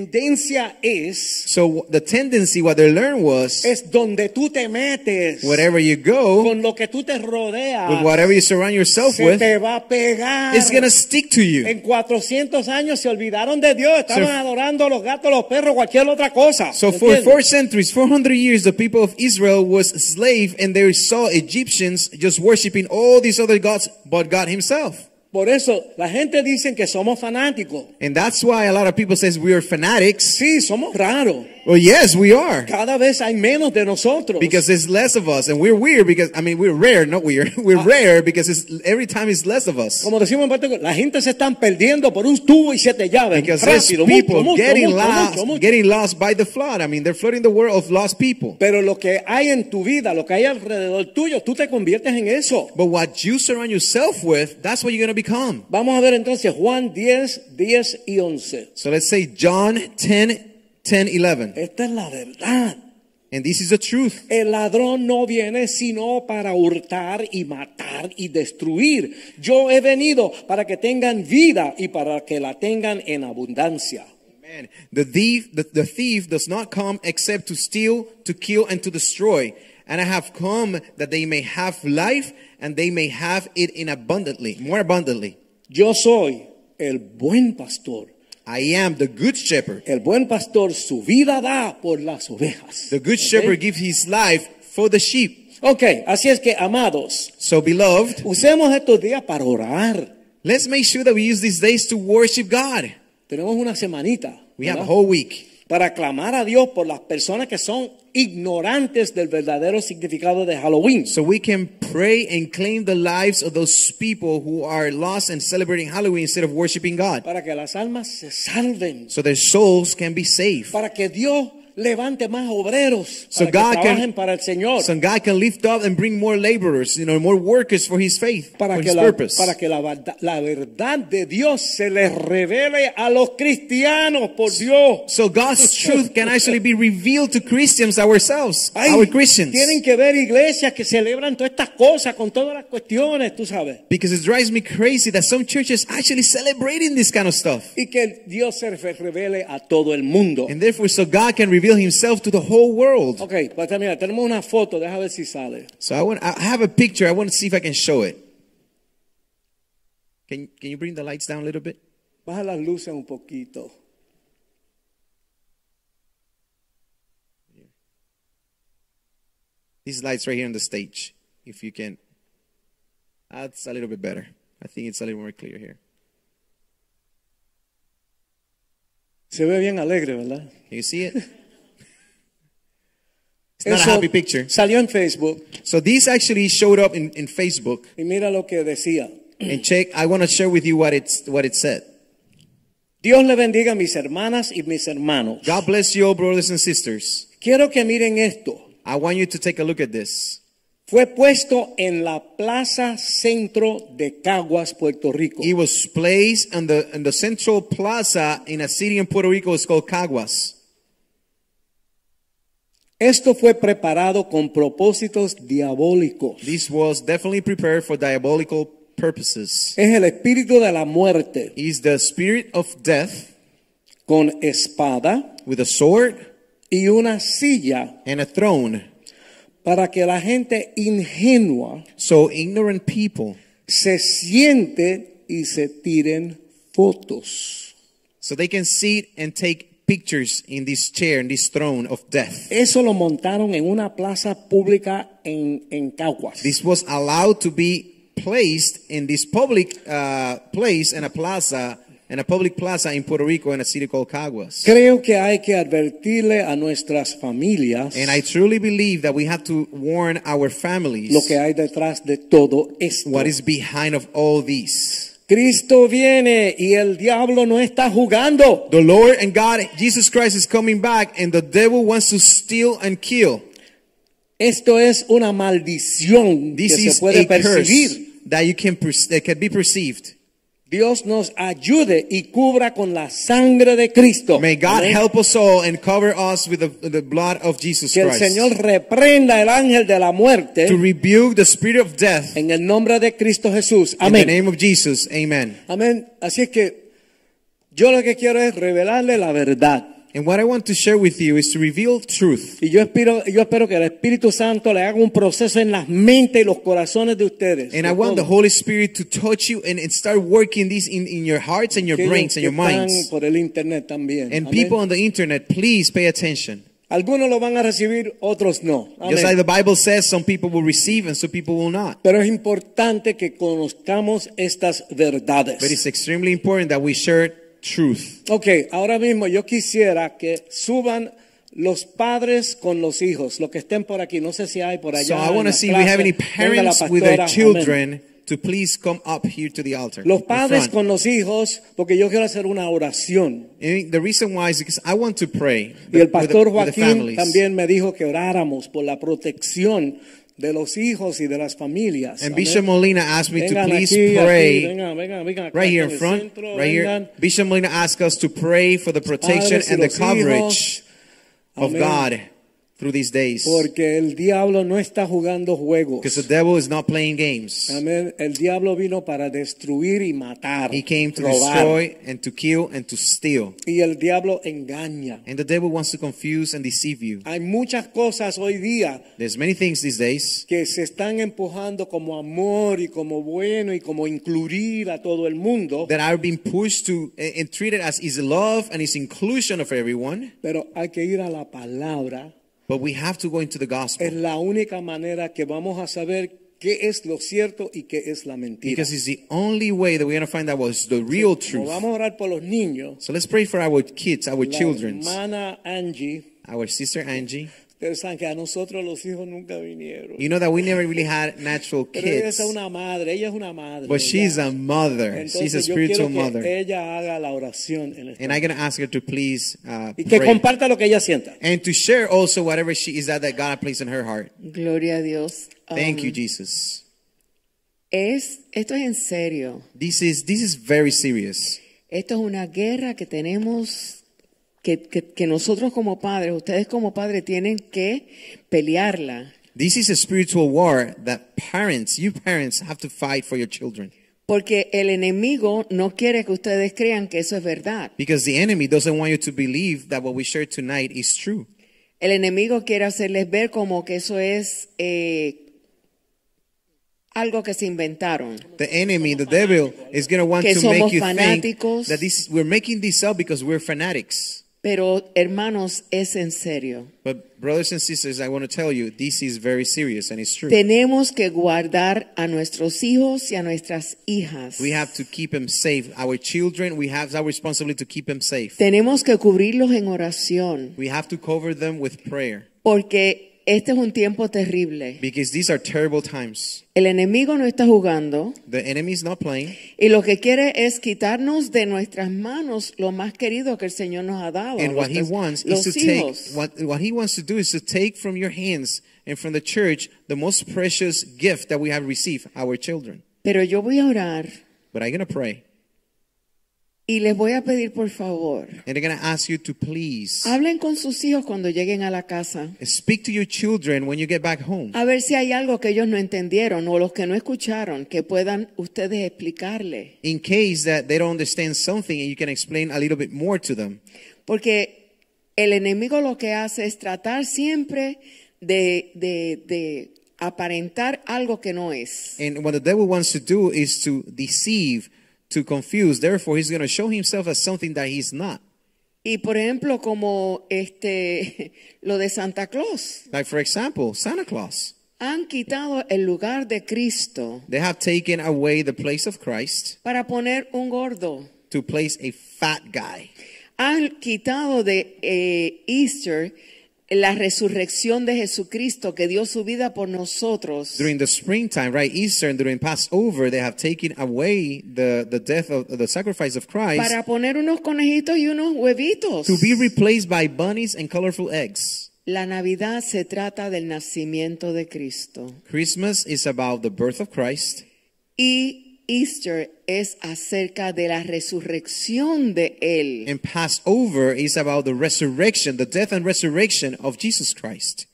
Speaker 3: descendencia es,
Speaker 2: So the tendency, what they learned was,
Speaker 3: es donde tú te metes,
Speaker 2: wherever you go,
Speaker 3: con lo que tú te rodeas,
Speaker 2: with whatever you surround yourself
Speaker 3: se
Speaker 2: with,
Speaker 3: te va a pegar.
Speaker 2: it's going to stick to you.
Speaker 3: En 400 años se olvidaron de Dios, estaban
Speaker 2: So-
Speaker 3: adorando a los gatos, los perros, cualquier otra cosa.
Speaker 2: So for
Speaker 3: ¿Entiendes?
Speaker 2: four centuries, 400 years, the people of Israel was slave and they saw Egyptians just worshiping all these other gods but God himself.
Speaker 3: Por eso la gente dice que somos fanáticos.
Speaker 2: And that's why a lot of people says we are fanatics.
Speaker 3: Sí, somos raros.
Speaker 2: Well, yes, we are.
Speaker 3: Cada vez hay menos de nosotros.
Speaker 2: Because there's less of us and we're weird because, I mean, we're rare, not weird.
Speaker 3: Ah.
Speaker 2: We're rare because it's, every time it's less of us.
Speaker 3: como decimos en Puerto Rico, la gente se están perdiendo por un tubo y siete llaves.
Speaker 2: Because there's
Speaker 3: Rápido, mucho,
Speaker 2: people
Speaker 3: mucho,
Speaker 2: getting
Speaker 3: mucho,
Speaker 2: lost,
Speaker 3: mucho, mucho.
Speaker 2: getting lost by the flood. I mean, they're flooding the world of lost people.
Speaker 3: Pero lo que hay en tu vida, lo que hay alrededor tuyo, tú te conviertes en eso.
Speaker 2: But what you surround yourself with, that's what you're going to become.
Speaker 3: Vamos a ver entonces Juan 10, 10 y 11.
Speaker 2: So let's say John 10, 10, 11.
Speaker 3: Esta es la verdad.
Speaker 2: And this is the truth.
Speaker 3: El ladrón no viene sino para hurtar y matar y destruir. Yo he venido para que tengan vida y para que la tengan en abundancia.
Speaker 2: Man, the thief, the, the thief does not come except to steal, to kill, and to destroy. And I have come that they may have life and they may have it in abundantly, more abundantly.
Speaker 3: Yo soy el buen pastor.
Speaker 2: I am the good shepherd.
Speaker 3: El buen pastor su vida da por las ovejas.
Speaker 2: The good shepherd gives his life for the sheep.
Speaker 3: Ok, así es que amados,
Speaker 2: So beloved,
Speaker 3: usemos estos días para orar.
Speaker 2: let's make sure that we use these days to worship God.
Speaker 3: Tenemos una semanita.
Speaker 2: We have a
Speaker 3: ¿verdad?
Speaker 2: whole week
Speaker 3: para clamar a Dios por las personas que son ignorantes del verdadero significado de Halloween.
Speaker 2: so we can pray and claim the lives of those people who are lost and celebrating Halloween instead of worshiping God.
Speaker 3: para que las almas se salven,
Speaker 2: so their souls can be saved.
Speaker 3: para que Dios levante más obreros,
Speaker 2: So
Speaker 3: para que
Speaker 2: God can-
Speaker 3: trabajen para el Señor,
Speaker 2: So God can lift up and bring more laborers, you know, more workers for His faith,
Speaker 3: para
Speaker 2: for
Speaker 3: que,
Speaker 2: His
Speaker 3: la,
Speaker 2: purpose.
Speaker 3: para que la, verdad- la verdad de Dios se les revele a los cristianos por Dios.
Speaker 2: So God's truth can actually be revealed to Christians ourselves,
Speaker 3: Ay,
Speaker 2: our Christians.
Speaker 3: Tienen que ver iglesias que celebran todas estas cosas con todas las cuestiones, tú sabes.
Speaker 2: Because it drives me crazy that some churches actually celebrating this kind of stuff.
Speaker 3: Y que Dios se re- revele a todo el mundo.
Speaker 2: And therefore, so God can reveal Himself to the whole world.
Speaker 3: Ok, pues mira, tenemos una foto, déjame ver si sale.
Speaker 2: So I want, I have a picture. I want to see if I can show it. Can, can you bring the lights down a little bit?
Speaker 3: Baja las luces un poquito.
Speaker 2: These lights right here on the stage, if you can. That's a little bit better. I think it's a little more clear here.
Speaker 3: Se ve bien alegre, ¿verdad?
Speaker 2: Can you see it? It's not a happy picture.
Speaker 3: Salió en Facebook
Speaker 2: So these actually showed up in, in Facebook.
Speaker 3: y mira lo que decía.
Speaker 2: And check, I want to share with you what it's what it said.
Speaker 3: Dios le bendiga a mis hermanas y mis hermanos.
Speaker 2: God bless you all, brothers and sisters.
Speaker 3: Quiero que miren esto.
Speaker 2: I want you to take a look at this.
Speaker 3: Fue puesto en la Plaza Centro de Caguas, Puerto Rico.
Speaker 2: It was placed on the on the central plaza in a city in Puerto Rico. It's called Caguas.
Speaker 3: Esto fue preparado con propósitos diabólicos.
Speaker 2: This was definitely prepared for diabolical purposes.
Speaker 3: Es el espíritu de la muerte
Speaker 2: Is the spirit of death
Speaker 3: con espada
Speaker 2: with a sword
Speaker 3: y una silla
Speaker 2: and a throne.
Speaker 3: para que la gente ingenua
Speaker 2: So ignorant people
Speaker 3: se siente y se tiren fotos.
Speaker 2: So they can sit and take pictures in this chair, in this throne of death.
Speaker 3: Eso lo montaron en una plaza pública en, en Caguas.
Speaker 2: This was allowed to be placed in this public uh, place in a plaza, in a public plaza in Puerto Rico in a city called Caguas.
Speaker 3: Creo que hay que advertirle a nuestras familias
Speaker 2: And I truly believe that we have to warn our families
Speaker 3: lo que hay detrás de todo esto.
Speaker 2: what is behind of all this.
Speaker 3: Cristo viene y el diablo no está jugando.
Speaker 2: The Lord and God, Jesus Christ is coming back and the devil wants to steal and kill.
Speaker 3: Esto es una maldición
Speaker 2: This
Speaker 3: que
Speaker 2: is
Speaker 3: se puede
Speaker 2: a
Speaker 3: percibir.
Speaker 2: curse that you can per- that can be perceived.
Speaker 3: Dios nos ayude y cubra con la sangre de Cristo.
Speaker 2: May God
Speaker 3: Amén.
Speaker 2: help us all and cover us with the, the blood of Jesus
Speaker 3: que el
Speaker 2: Christ.
Speaker 3: Señor reprenda el ángel de la muerte
Speaker 2: To rebuke the spirit of death
Speaker 3: en el nombre de Cristo Jesús.
Speaker 2: in the
Speaker 3: Amén.
Speaker 2: name of Jesus. Amen.
Speaker 3: Amén. Así es que yo lo que quiero es revelarle la verdad.
Speaker 2: And what I want to share with you is to reveal truth.
Speaker 3: Y yo espero, yo espero que el Espíritu Santo le haga un proceso en las mentes y los corazones de ustedes.
Speaker 2: And
Speaker 3: de
Speaker 2: I want the
Speaker 3: todos,
Speaker 2: Holy Spirit to touch you and, and start working this in, in your hearts and your
Speaker 3: aquellos
Speaker 2: brains and your
Speaker 3: que están
Speaker 2: minds.
Speaker 3: por el internet también.
Speaker 2: And
Speaker 3: Amén.
Speaker 2: people on the internet, please pay attention.
Speaker 3: Algunos lo van a recibir, otros no.
Speaker 2: Just
Speaker 3: Amén.
Speaker 2: like the Bible says, some people will receive and some people will not.
Speaker 3: Pero es importante que conozcamos estas verdades.
Speaker 2: But it's extremely important that we share truth.
Speaker 3: Ok, ahora mismo yo quisiera que suban los padres con los hijos, los que estén por aquí. No sé si hay por allá.
Speaker 2: So I
Speaker 3: en
Speaker 2: want to
Speaker 3: las
Speaker 2: see if we have any
Speaker 3: clases. Venga la
Speaker 2: parents with their
Speaker 3: pastora.
Speaker 2: children
Speaker 3: Amén.
Speaker 2: to please come up here to the altar.
Speaker 3: Los
Speaker 2: in
Speaker 3: padres
Speaker 2: front.
Speaker 3: con los hijos, porque yo quiero hacer una oración.
Speaker 2: And the reason why is because I want to pray
Speaker 3: Y
Speaker 2: with
Speaker 3: el
Speaker 2: the-
Speaker 3: pastor
Speaker 2: with the
Speaker 3: Joaquín
Speaker 2: families.
Speaker 3: también me dijo que oráramos por la protección de los hijos y de las familias.
Speaker 2: And
Speaker 3: Amén.
Speaker 2: Bishop Molina asked me to
Speaker 3: Vengan
Speaker 2: please
Speaker 3: aquí, aquí,
Speaker 2: pray
Speaker 3: vengan, vengan, vengan acá
Speaker 2: right here
Speaker 3: en
Speaker 2: in
Speaker 3: el
Speaker 2: front,
Speaker 3: centro,
Speaker 2: right here.
Speaker 3: vengan.
Speaker 2: Bishop Molina asked us to pray for the protection
Speaker 3: Padres y
Speaker 2: and the
Speaker 3: los
Speaker 2: coverage of
Speaker 3: Amén.
Speaker 2: God through these days.
Speaker 3: Porque el diablo no está jugando juegos.
Speaker 2: Because the devil is not playing games.
Speaker 3: Amén. El diablo vino para destruir y matar.
Speaker 2: He came to
Speaker 3: robar.
Speaker 2: destroy and to kill and to steal.
Speaker 3: Y el diablo engaña.
Speaker 2: And the devil wants to confuse and deceive you.
Speaker 3: Hay muchas cosas hoy día
Speaker 2: There's many things these days
Speaker 3: que se están empujando como amor y como bueno y como incluir a todo el mundo.
Speaker 2: that are being pushed to and, and treated as is love and is inclusion of everyone.
Speaker 3: Pero hay que ir a la palabra.
Speaker 2: But we have to go into the
Speaker 3: Es
Speaker 2: gospel
Speaker 3: la única manera que vamos a saber qué es lo cierto y qué es la mentira.
Speaker 2: because it's the only way that we're gonna find out what's the real
Speaker 3: Como
Speaker 2: truth.
Speaker 3: vamos a orar por los niños.
Speaker 2: So let's pray for our kids, our
Speaker 3: La
Speaker 2: children,
Speaker 3: hermana Angie,
Speaker 2: our sister Angie.
Speaker 3: ustedes saben que a nosotros los hijos nunca vinieron.
Speaker 2: You know that we never really had natural
Speaker 3: Pero ella es
Speaker 2: kids,
Speaker 3: una madre, ella es una madre.
Speaker 2: but she's
Speaker 3: ya.
Speaker 2: a mother.
Speaker 3: Entonces,
Speaker 2: She's a
Speaker 3: yo
Speaker 2: spiritual
Speaker 3: quiero que
Speaker 2: mother,
Speaker 3: Ella haga la oración en
Speaker 2: and
Speaker 3: español.
Speaker 2: I'm gonna ask her to please uh,
Speaker 3: y que
Speaker 2: pray
Speaker 3: comparta lo que ella sienta.
Speaker 2: and to share also whatever she is that that God placed in her heart.
Speaker 4: Gloria a Dios.
Speaker 2: Thank
Speaker 4: Um,
Speaker 2: you, Jesus.
Speaker 4: Es, esto es en serio.
Speaker 2: This is this is very serious.
Speaker 4: Esto es una guerra que tenemos, que, que- que nosotros como padres, ustedes como padres tienen que pelearla.
Speaker 2: This is a spiritual war that parents, you parents, have to fight for your children
Speaker 4: Porque el enemigo no quiere que ustedes crean que eso es verdad.
Speaker 2: because the enemy doesn't want you to believe that what we shared tonight is true.
Speaker 4: El enemigo quiere hacerles ver como que eso es eh, algo que se inventaron.
Speaker 2: The enemy, the devil, is going to want
Speaker 4: Que
Speaker 2: to make
Speaker 4: somos
Speaker 2: you think
Speaker 4: fanáticos.
Speaker 2: that this we're making this up because we're fanatics.
Speaker 4: Pero hermanos, es en serio.
Speaker 2: But brothers and sisters, I want to tell you, this is very serious and it's true.
Speaker 4: Tenemos que guardar a nuestros hijos y a nuestras hijas.
Speaker 2: We have to keep them safe. Our children, we have our responsibility to keep them safe.
Speaker 4: Tenemos que cubrirlos en oración,
Speaker 2: We have to cover them with prayer
Speaker 4: porque este es un tiempo terrible.
Speaker 2: because these are terrible times.
Speaker 4: El enemigo no está jugando
Speaker 2: The enemy is not playing.
Speaker 4: y lo que quiere es quitarnos de nuestras manos lo más querido que el Señor nos ha dado.
Speaker 2: And
Speaker 4: a
Speaker 2: what he
Speaker 4: nuestras-
Speaker 2: wants is
Speaker 4: Oh, los
Speaker 2: to take
Speaker 4: hijos.
Speaker 2: what what he wants to do is to take from your hands and from the church the most precious gift that we have received, our children.
Speaker 4: Pero yo voy a orar
Speaker 2: But I'm gonna pray.
Speaker 4: y les voy a pedir por favor,
Speaker 2: And they're gonna ask you to please
Speaker 4: hablen con sus hijos cuando lleguen a la casa.
Speaker 2: speak to your children when you get back home.
Speaker 4: A ver si hay algo que ellos no entendieron o los que no escucharon que puedan ustedes explicarle.
Speaker 2: In case that they don't understand something and you can explain a little bit more to them.
Speaker 4: Porque el enemigo lo que hace es tratar siempre de, de- de aparentar algo que no es.
Speaker 2: And what the devil wants to do is to deceive, to confuse. Therefore, he's going to show himself as something that he's not.
Speaker 4: Y por ejemplo, como este, lo de Santa Claus,
Speaker 2: Like, for example, Santa Claus.
Speaker 4: han quitado el lugar de Cristo
Speaker 2: They have taken away the place of Christ
Speaker 4: para poner un gordo.
Speaker 2: to place a fat guy.
Speaker 4: Han quitado de eh, Easter la resurrección de Jesucristo que dio su vida por nosotros.
Speaker 2: During the springtime, right, Easter, and during Passover, they have taken away the, the death of the sacrifice of Christ
Speaker 4: para poner unos conejitos y unos huevitos.
Speaker 2: to be replaced by bunnies and colorful eggs.
Speaker 4: La Navidad se trata del nacimiento de Cristo.
Speaker 2: Christmas is about the birth of Christ,
Speaker 4: Y Easter es acerca de la resurrección de Él.
Speaker 2: and Passover is about the resurrection, the death and resurrection of Jesus Christ.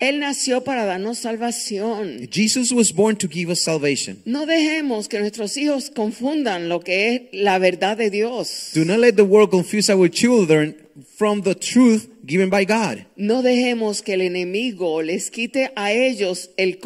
Speaker 4: Él nació para darnos salvación.
Speaker 2: Jesus was born to give us salvation.
Speaker 4: No dejemos que nuestros hijos confundan lo que es la verdad de Dios.
Speaker 2: Do not let the world confuse our children from the truth given by God.
Speaker 4: No dejemos que el enemigo les quite a ellos el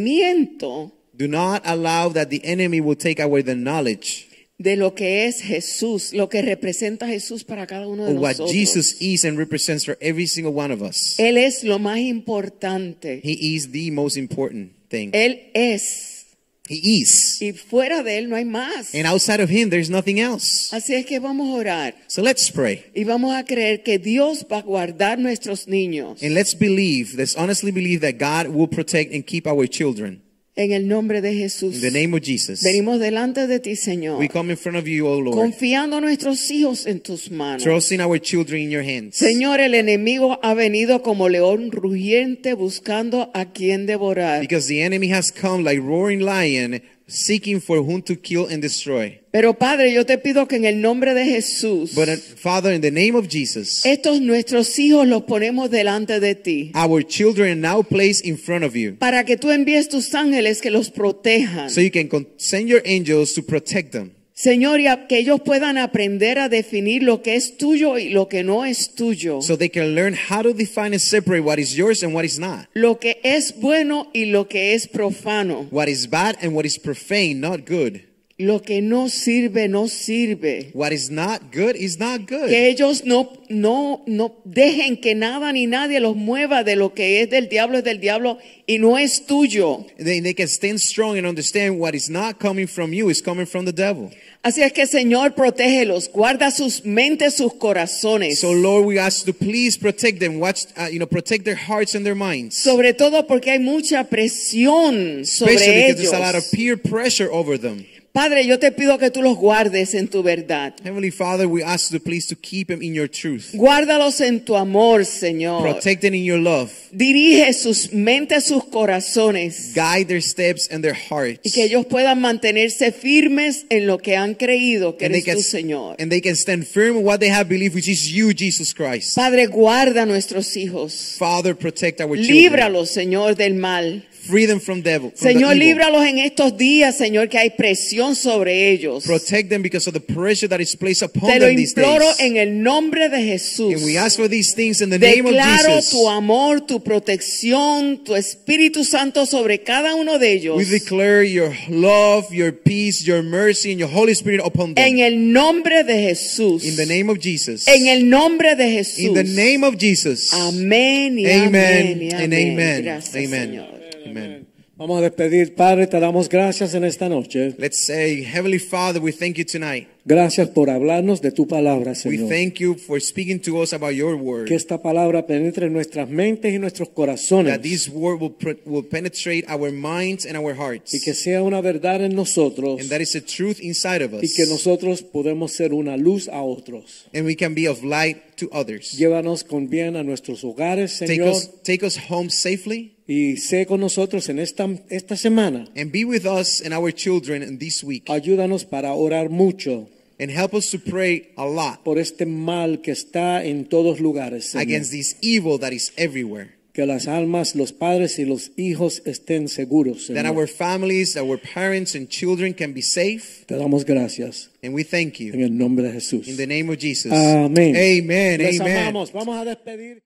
Speaker 4: conocimiento
Speaker 2: Do not allow that the enemy will take away the knowledge
Speaker 4: de lo que es Jesús, lo que representa Jesús para cada uno de
Speaker 2: of what
Speaker 4: nosotros.
Speaker 2: Jesus is and represents for every single one of us.
Speaker 4: Él es lo más importante.
Speaker 2: He is the most important thing.
Speaker 4: Él es.
Speaker 2: He is.
Speaker 4: Y fuera de Él no hay más.
Speaker 2: And outside of him, there's nothing else.
Speaker 4: Así es que vamos a orar
Speaker 2: So let's pray.
Speaker 4: y vamos a creer que Dios va a guardar nuestros niños
Speaker 2: And let's believe, let's honestly believe that God will protect and keep our children.
Speaker 4: en el nombre de Jesús.
Speaker 2: In the name of Jesus.
Speaker 4: Venimos delante de ti, Señor,
Speaker 2: We come in front of you, O Lord,
Speaker 4: confiando nuestros hijos en tus manos.
Speaker 2: trusting our children in your hands.
Speaker 4: Señor, el enemigo ha venido como león rugiente buscando a quien devorar.
Speaker 2: Because the enemy has come like roaring lion, seeking for whom to kill and destroy.
Speaker 4: Pero Padre, yo te pido que en el nombre de Jesús,
Speaker 2: But uh, Father, in the name of Jesus,
Speaker 4: estos nuestros hijos los ponemos delante de ti.
Speaker 2: our children are now placed in front of you,
Speaker 4: Para que tú envíes tus ángeles que los protejan.
Speaker 2: so you can con- send your angels to protect them.
Speaker 4: Señor, y a- que ellos puedan aprender a definir lo que es tuyo y lo que no es tuyo,
Speaker 2: so they can learn how to define and separate what is yours and what is not,
Speaker 4: lo que es bueno y lo que es profano,
Speaker 2: what is bad and what is profane, not good.
Speaker 4: lo que no sirve, no sirve.
Speaker 2: What is not good is not good.
Speaker 4: Que ellos no, no, no dejen que nada ni nadie los mueva de lo que es del diablo, es del diablo y no es tuyo.
Speaker 2: They, they can stand strong and understand what is not coming from you is coming from the devil.
Speaker 4: Así es que Señor, protégelos, guarda sus mentes, sus corazones.
Speaker 2: So Lord, we ask you to please protect them. Watch, uh, you know, protect their hearts and their minds.
Speaker 4: Sobre todo porque hay mucha presión
Speaker 2: Especially
Speaker 4: sobre
Speaker 2: because there's a lot of
Speaker 4: ellos.
Speaker 2: peer pressure over them.
Speaker 4: Padre, yo te pido que tú los guardes en tu verdad.
Speaker 2: Heavenly Father, we ask you to please to keep them in your truth.
Speaker 4: Guárdalos en tu amor, Señor.
Speaker 2: Protect them in your love.
Speaker 4: Dirige sus mentes, sus corazones.
Speaker 2: Guide their steps and their hearts.
Speaker 4: Y que ellos puedan mantenerse firmes en lo que han creído que
Speaker 2: and they,
Speaker 4: eres
Speaker 2: can,
Speaker 4: tú, Señor.
Speaker 2: and they can stand firm in what they have believed, which is you, Jesus Christ.
Speaker 4: Padre, guarda a nuestros hijos.
Speaker 2: Father, protect our children.
Speaker 4: Líbralos, Señor, del mal.
Speaker 2: Free them from devil. From the
Speaker 4: Señor,
Speaker 2: evil.
Speaker 4: líbralos en estos días, Señor, que hay presión sobre ellos.
Speaker 2: Protect them because of the pressure that is placed upon
Speaker 4: Te lo
Speaker 2: them these
Speaker 4: imploro
Speaker 2: days.
Speaker 4: en el nombre de Jesús.
Speaker 2: and we ask for these things in the name of
Speaker 4: Declaro
Speaker 2: Jesus.
Speaker 4: tu amor, tu protección, tu Espíritu Santo sobre cada uno de ellos.
Speaker 2: We declare your love, your peace, your mercy, and your Holy Spirit upon them.
Speaker 4: En el nombre de Jesús.
Speaker 2: in the name of Jesus.
Speaker 4: en el nombre de Jesús.
Speaker 2: in the name of Jesus.
Speaker 4: amén y amén.
Speaker 2: Amen.
Speaker 4: y
Speaker 2: and
Speaker 4: amén.
Speaker 2: amen.
Speaker 4: Gracias,
Speaker 2: amen.
Speaker 4: Señor.
Speaker 2: Amen.
Speaker 3: Vamos a despedir, Padre, te damos gracias en esta noche.
Speaker 2: Let's say, Heavenly Father, we thank you tonight.
Speaker 3: Gracias por hablarnos de tu palabra,
Speaker 2: We
Speaker 3: Señor.
Speaker 2: thank you for speaking to us about your word.
Speaker 3: Que esta palabra penetre en nuestras mentes y nuestros corazones
Speaker 2: that this word will, pre- will penetrate our minds and our hearts.
Speaker 3: y que sea una verdad en nosotros
Speaker 2: and that is the truth inside of us.
Speaker 3: y que nosotros podemos ser una luz a otros.
Speaker 2: and we can be of light to others.
Speaker 3: Llévanos con bien a nuestros hogares,
Speaker 2: Take
Speaker 3: Señor,
Speaker 2: us, take us home safely
Speaker 3: y sé con nosotros en esta, esta semana.
Speaker 2: and be with us and our children in this week.
Speaker 3: Ayúdanos para orar mucho
Speaker 2: and help us to pray a lot
Speaker 3: por este mal que está en todos lugares, Señor.
Speaker 2: against this evil that is everywhere.
Speaker 3: que las almas, los padres y los hijos estén seguros,
Speaker 2: That
Speaker 3: Señor.
Speaker 2: our families, our parents, and children can be safe.
Speaker 3: Te damos gracias
Speaker 2: And we thank you.
Speaker 3: en el nombre de Jesús.
Speaker 2: In the name of Jesus.
Speaker 3: Amén.
Speaker 2: Amen.
Speaker 3: Les
Speaker 2: Amen.
Speaker 3: amamos. Vamos a despedir.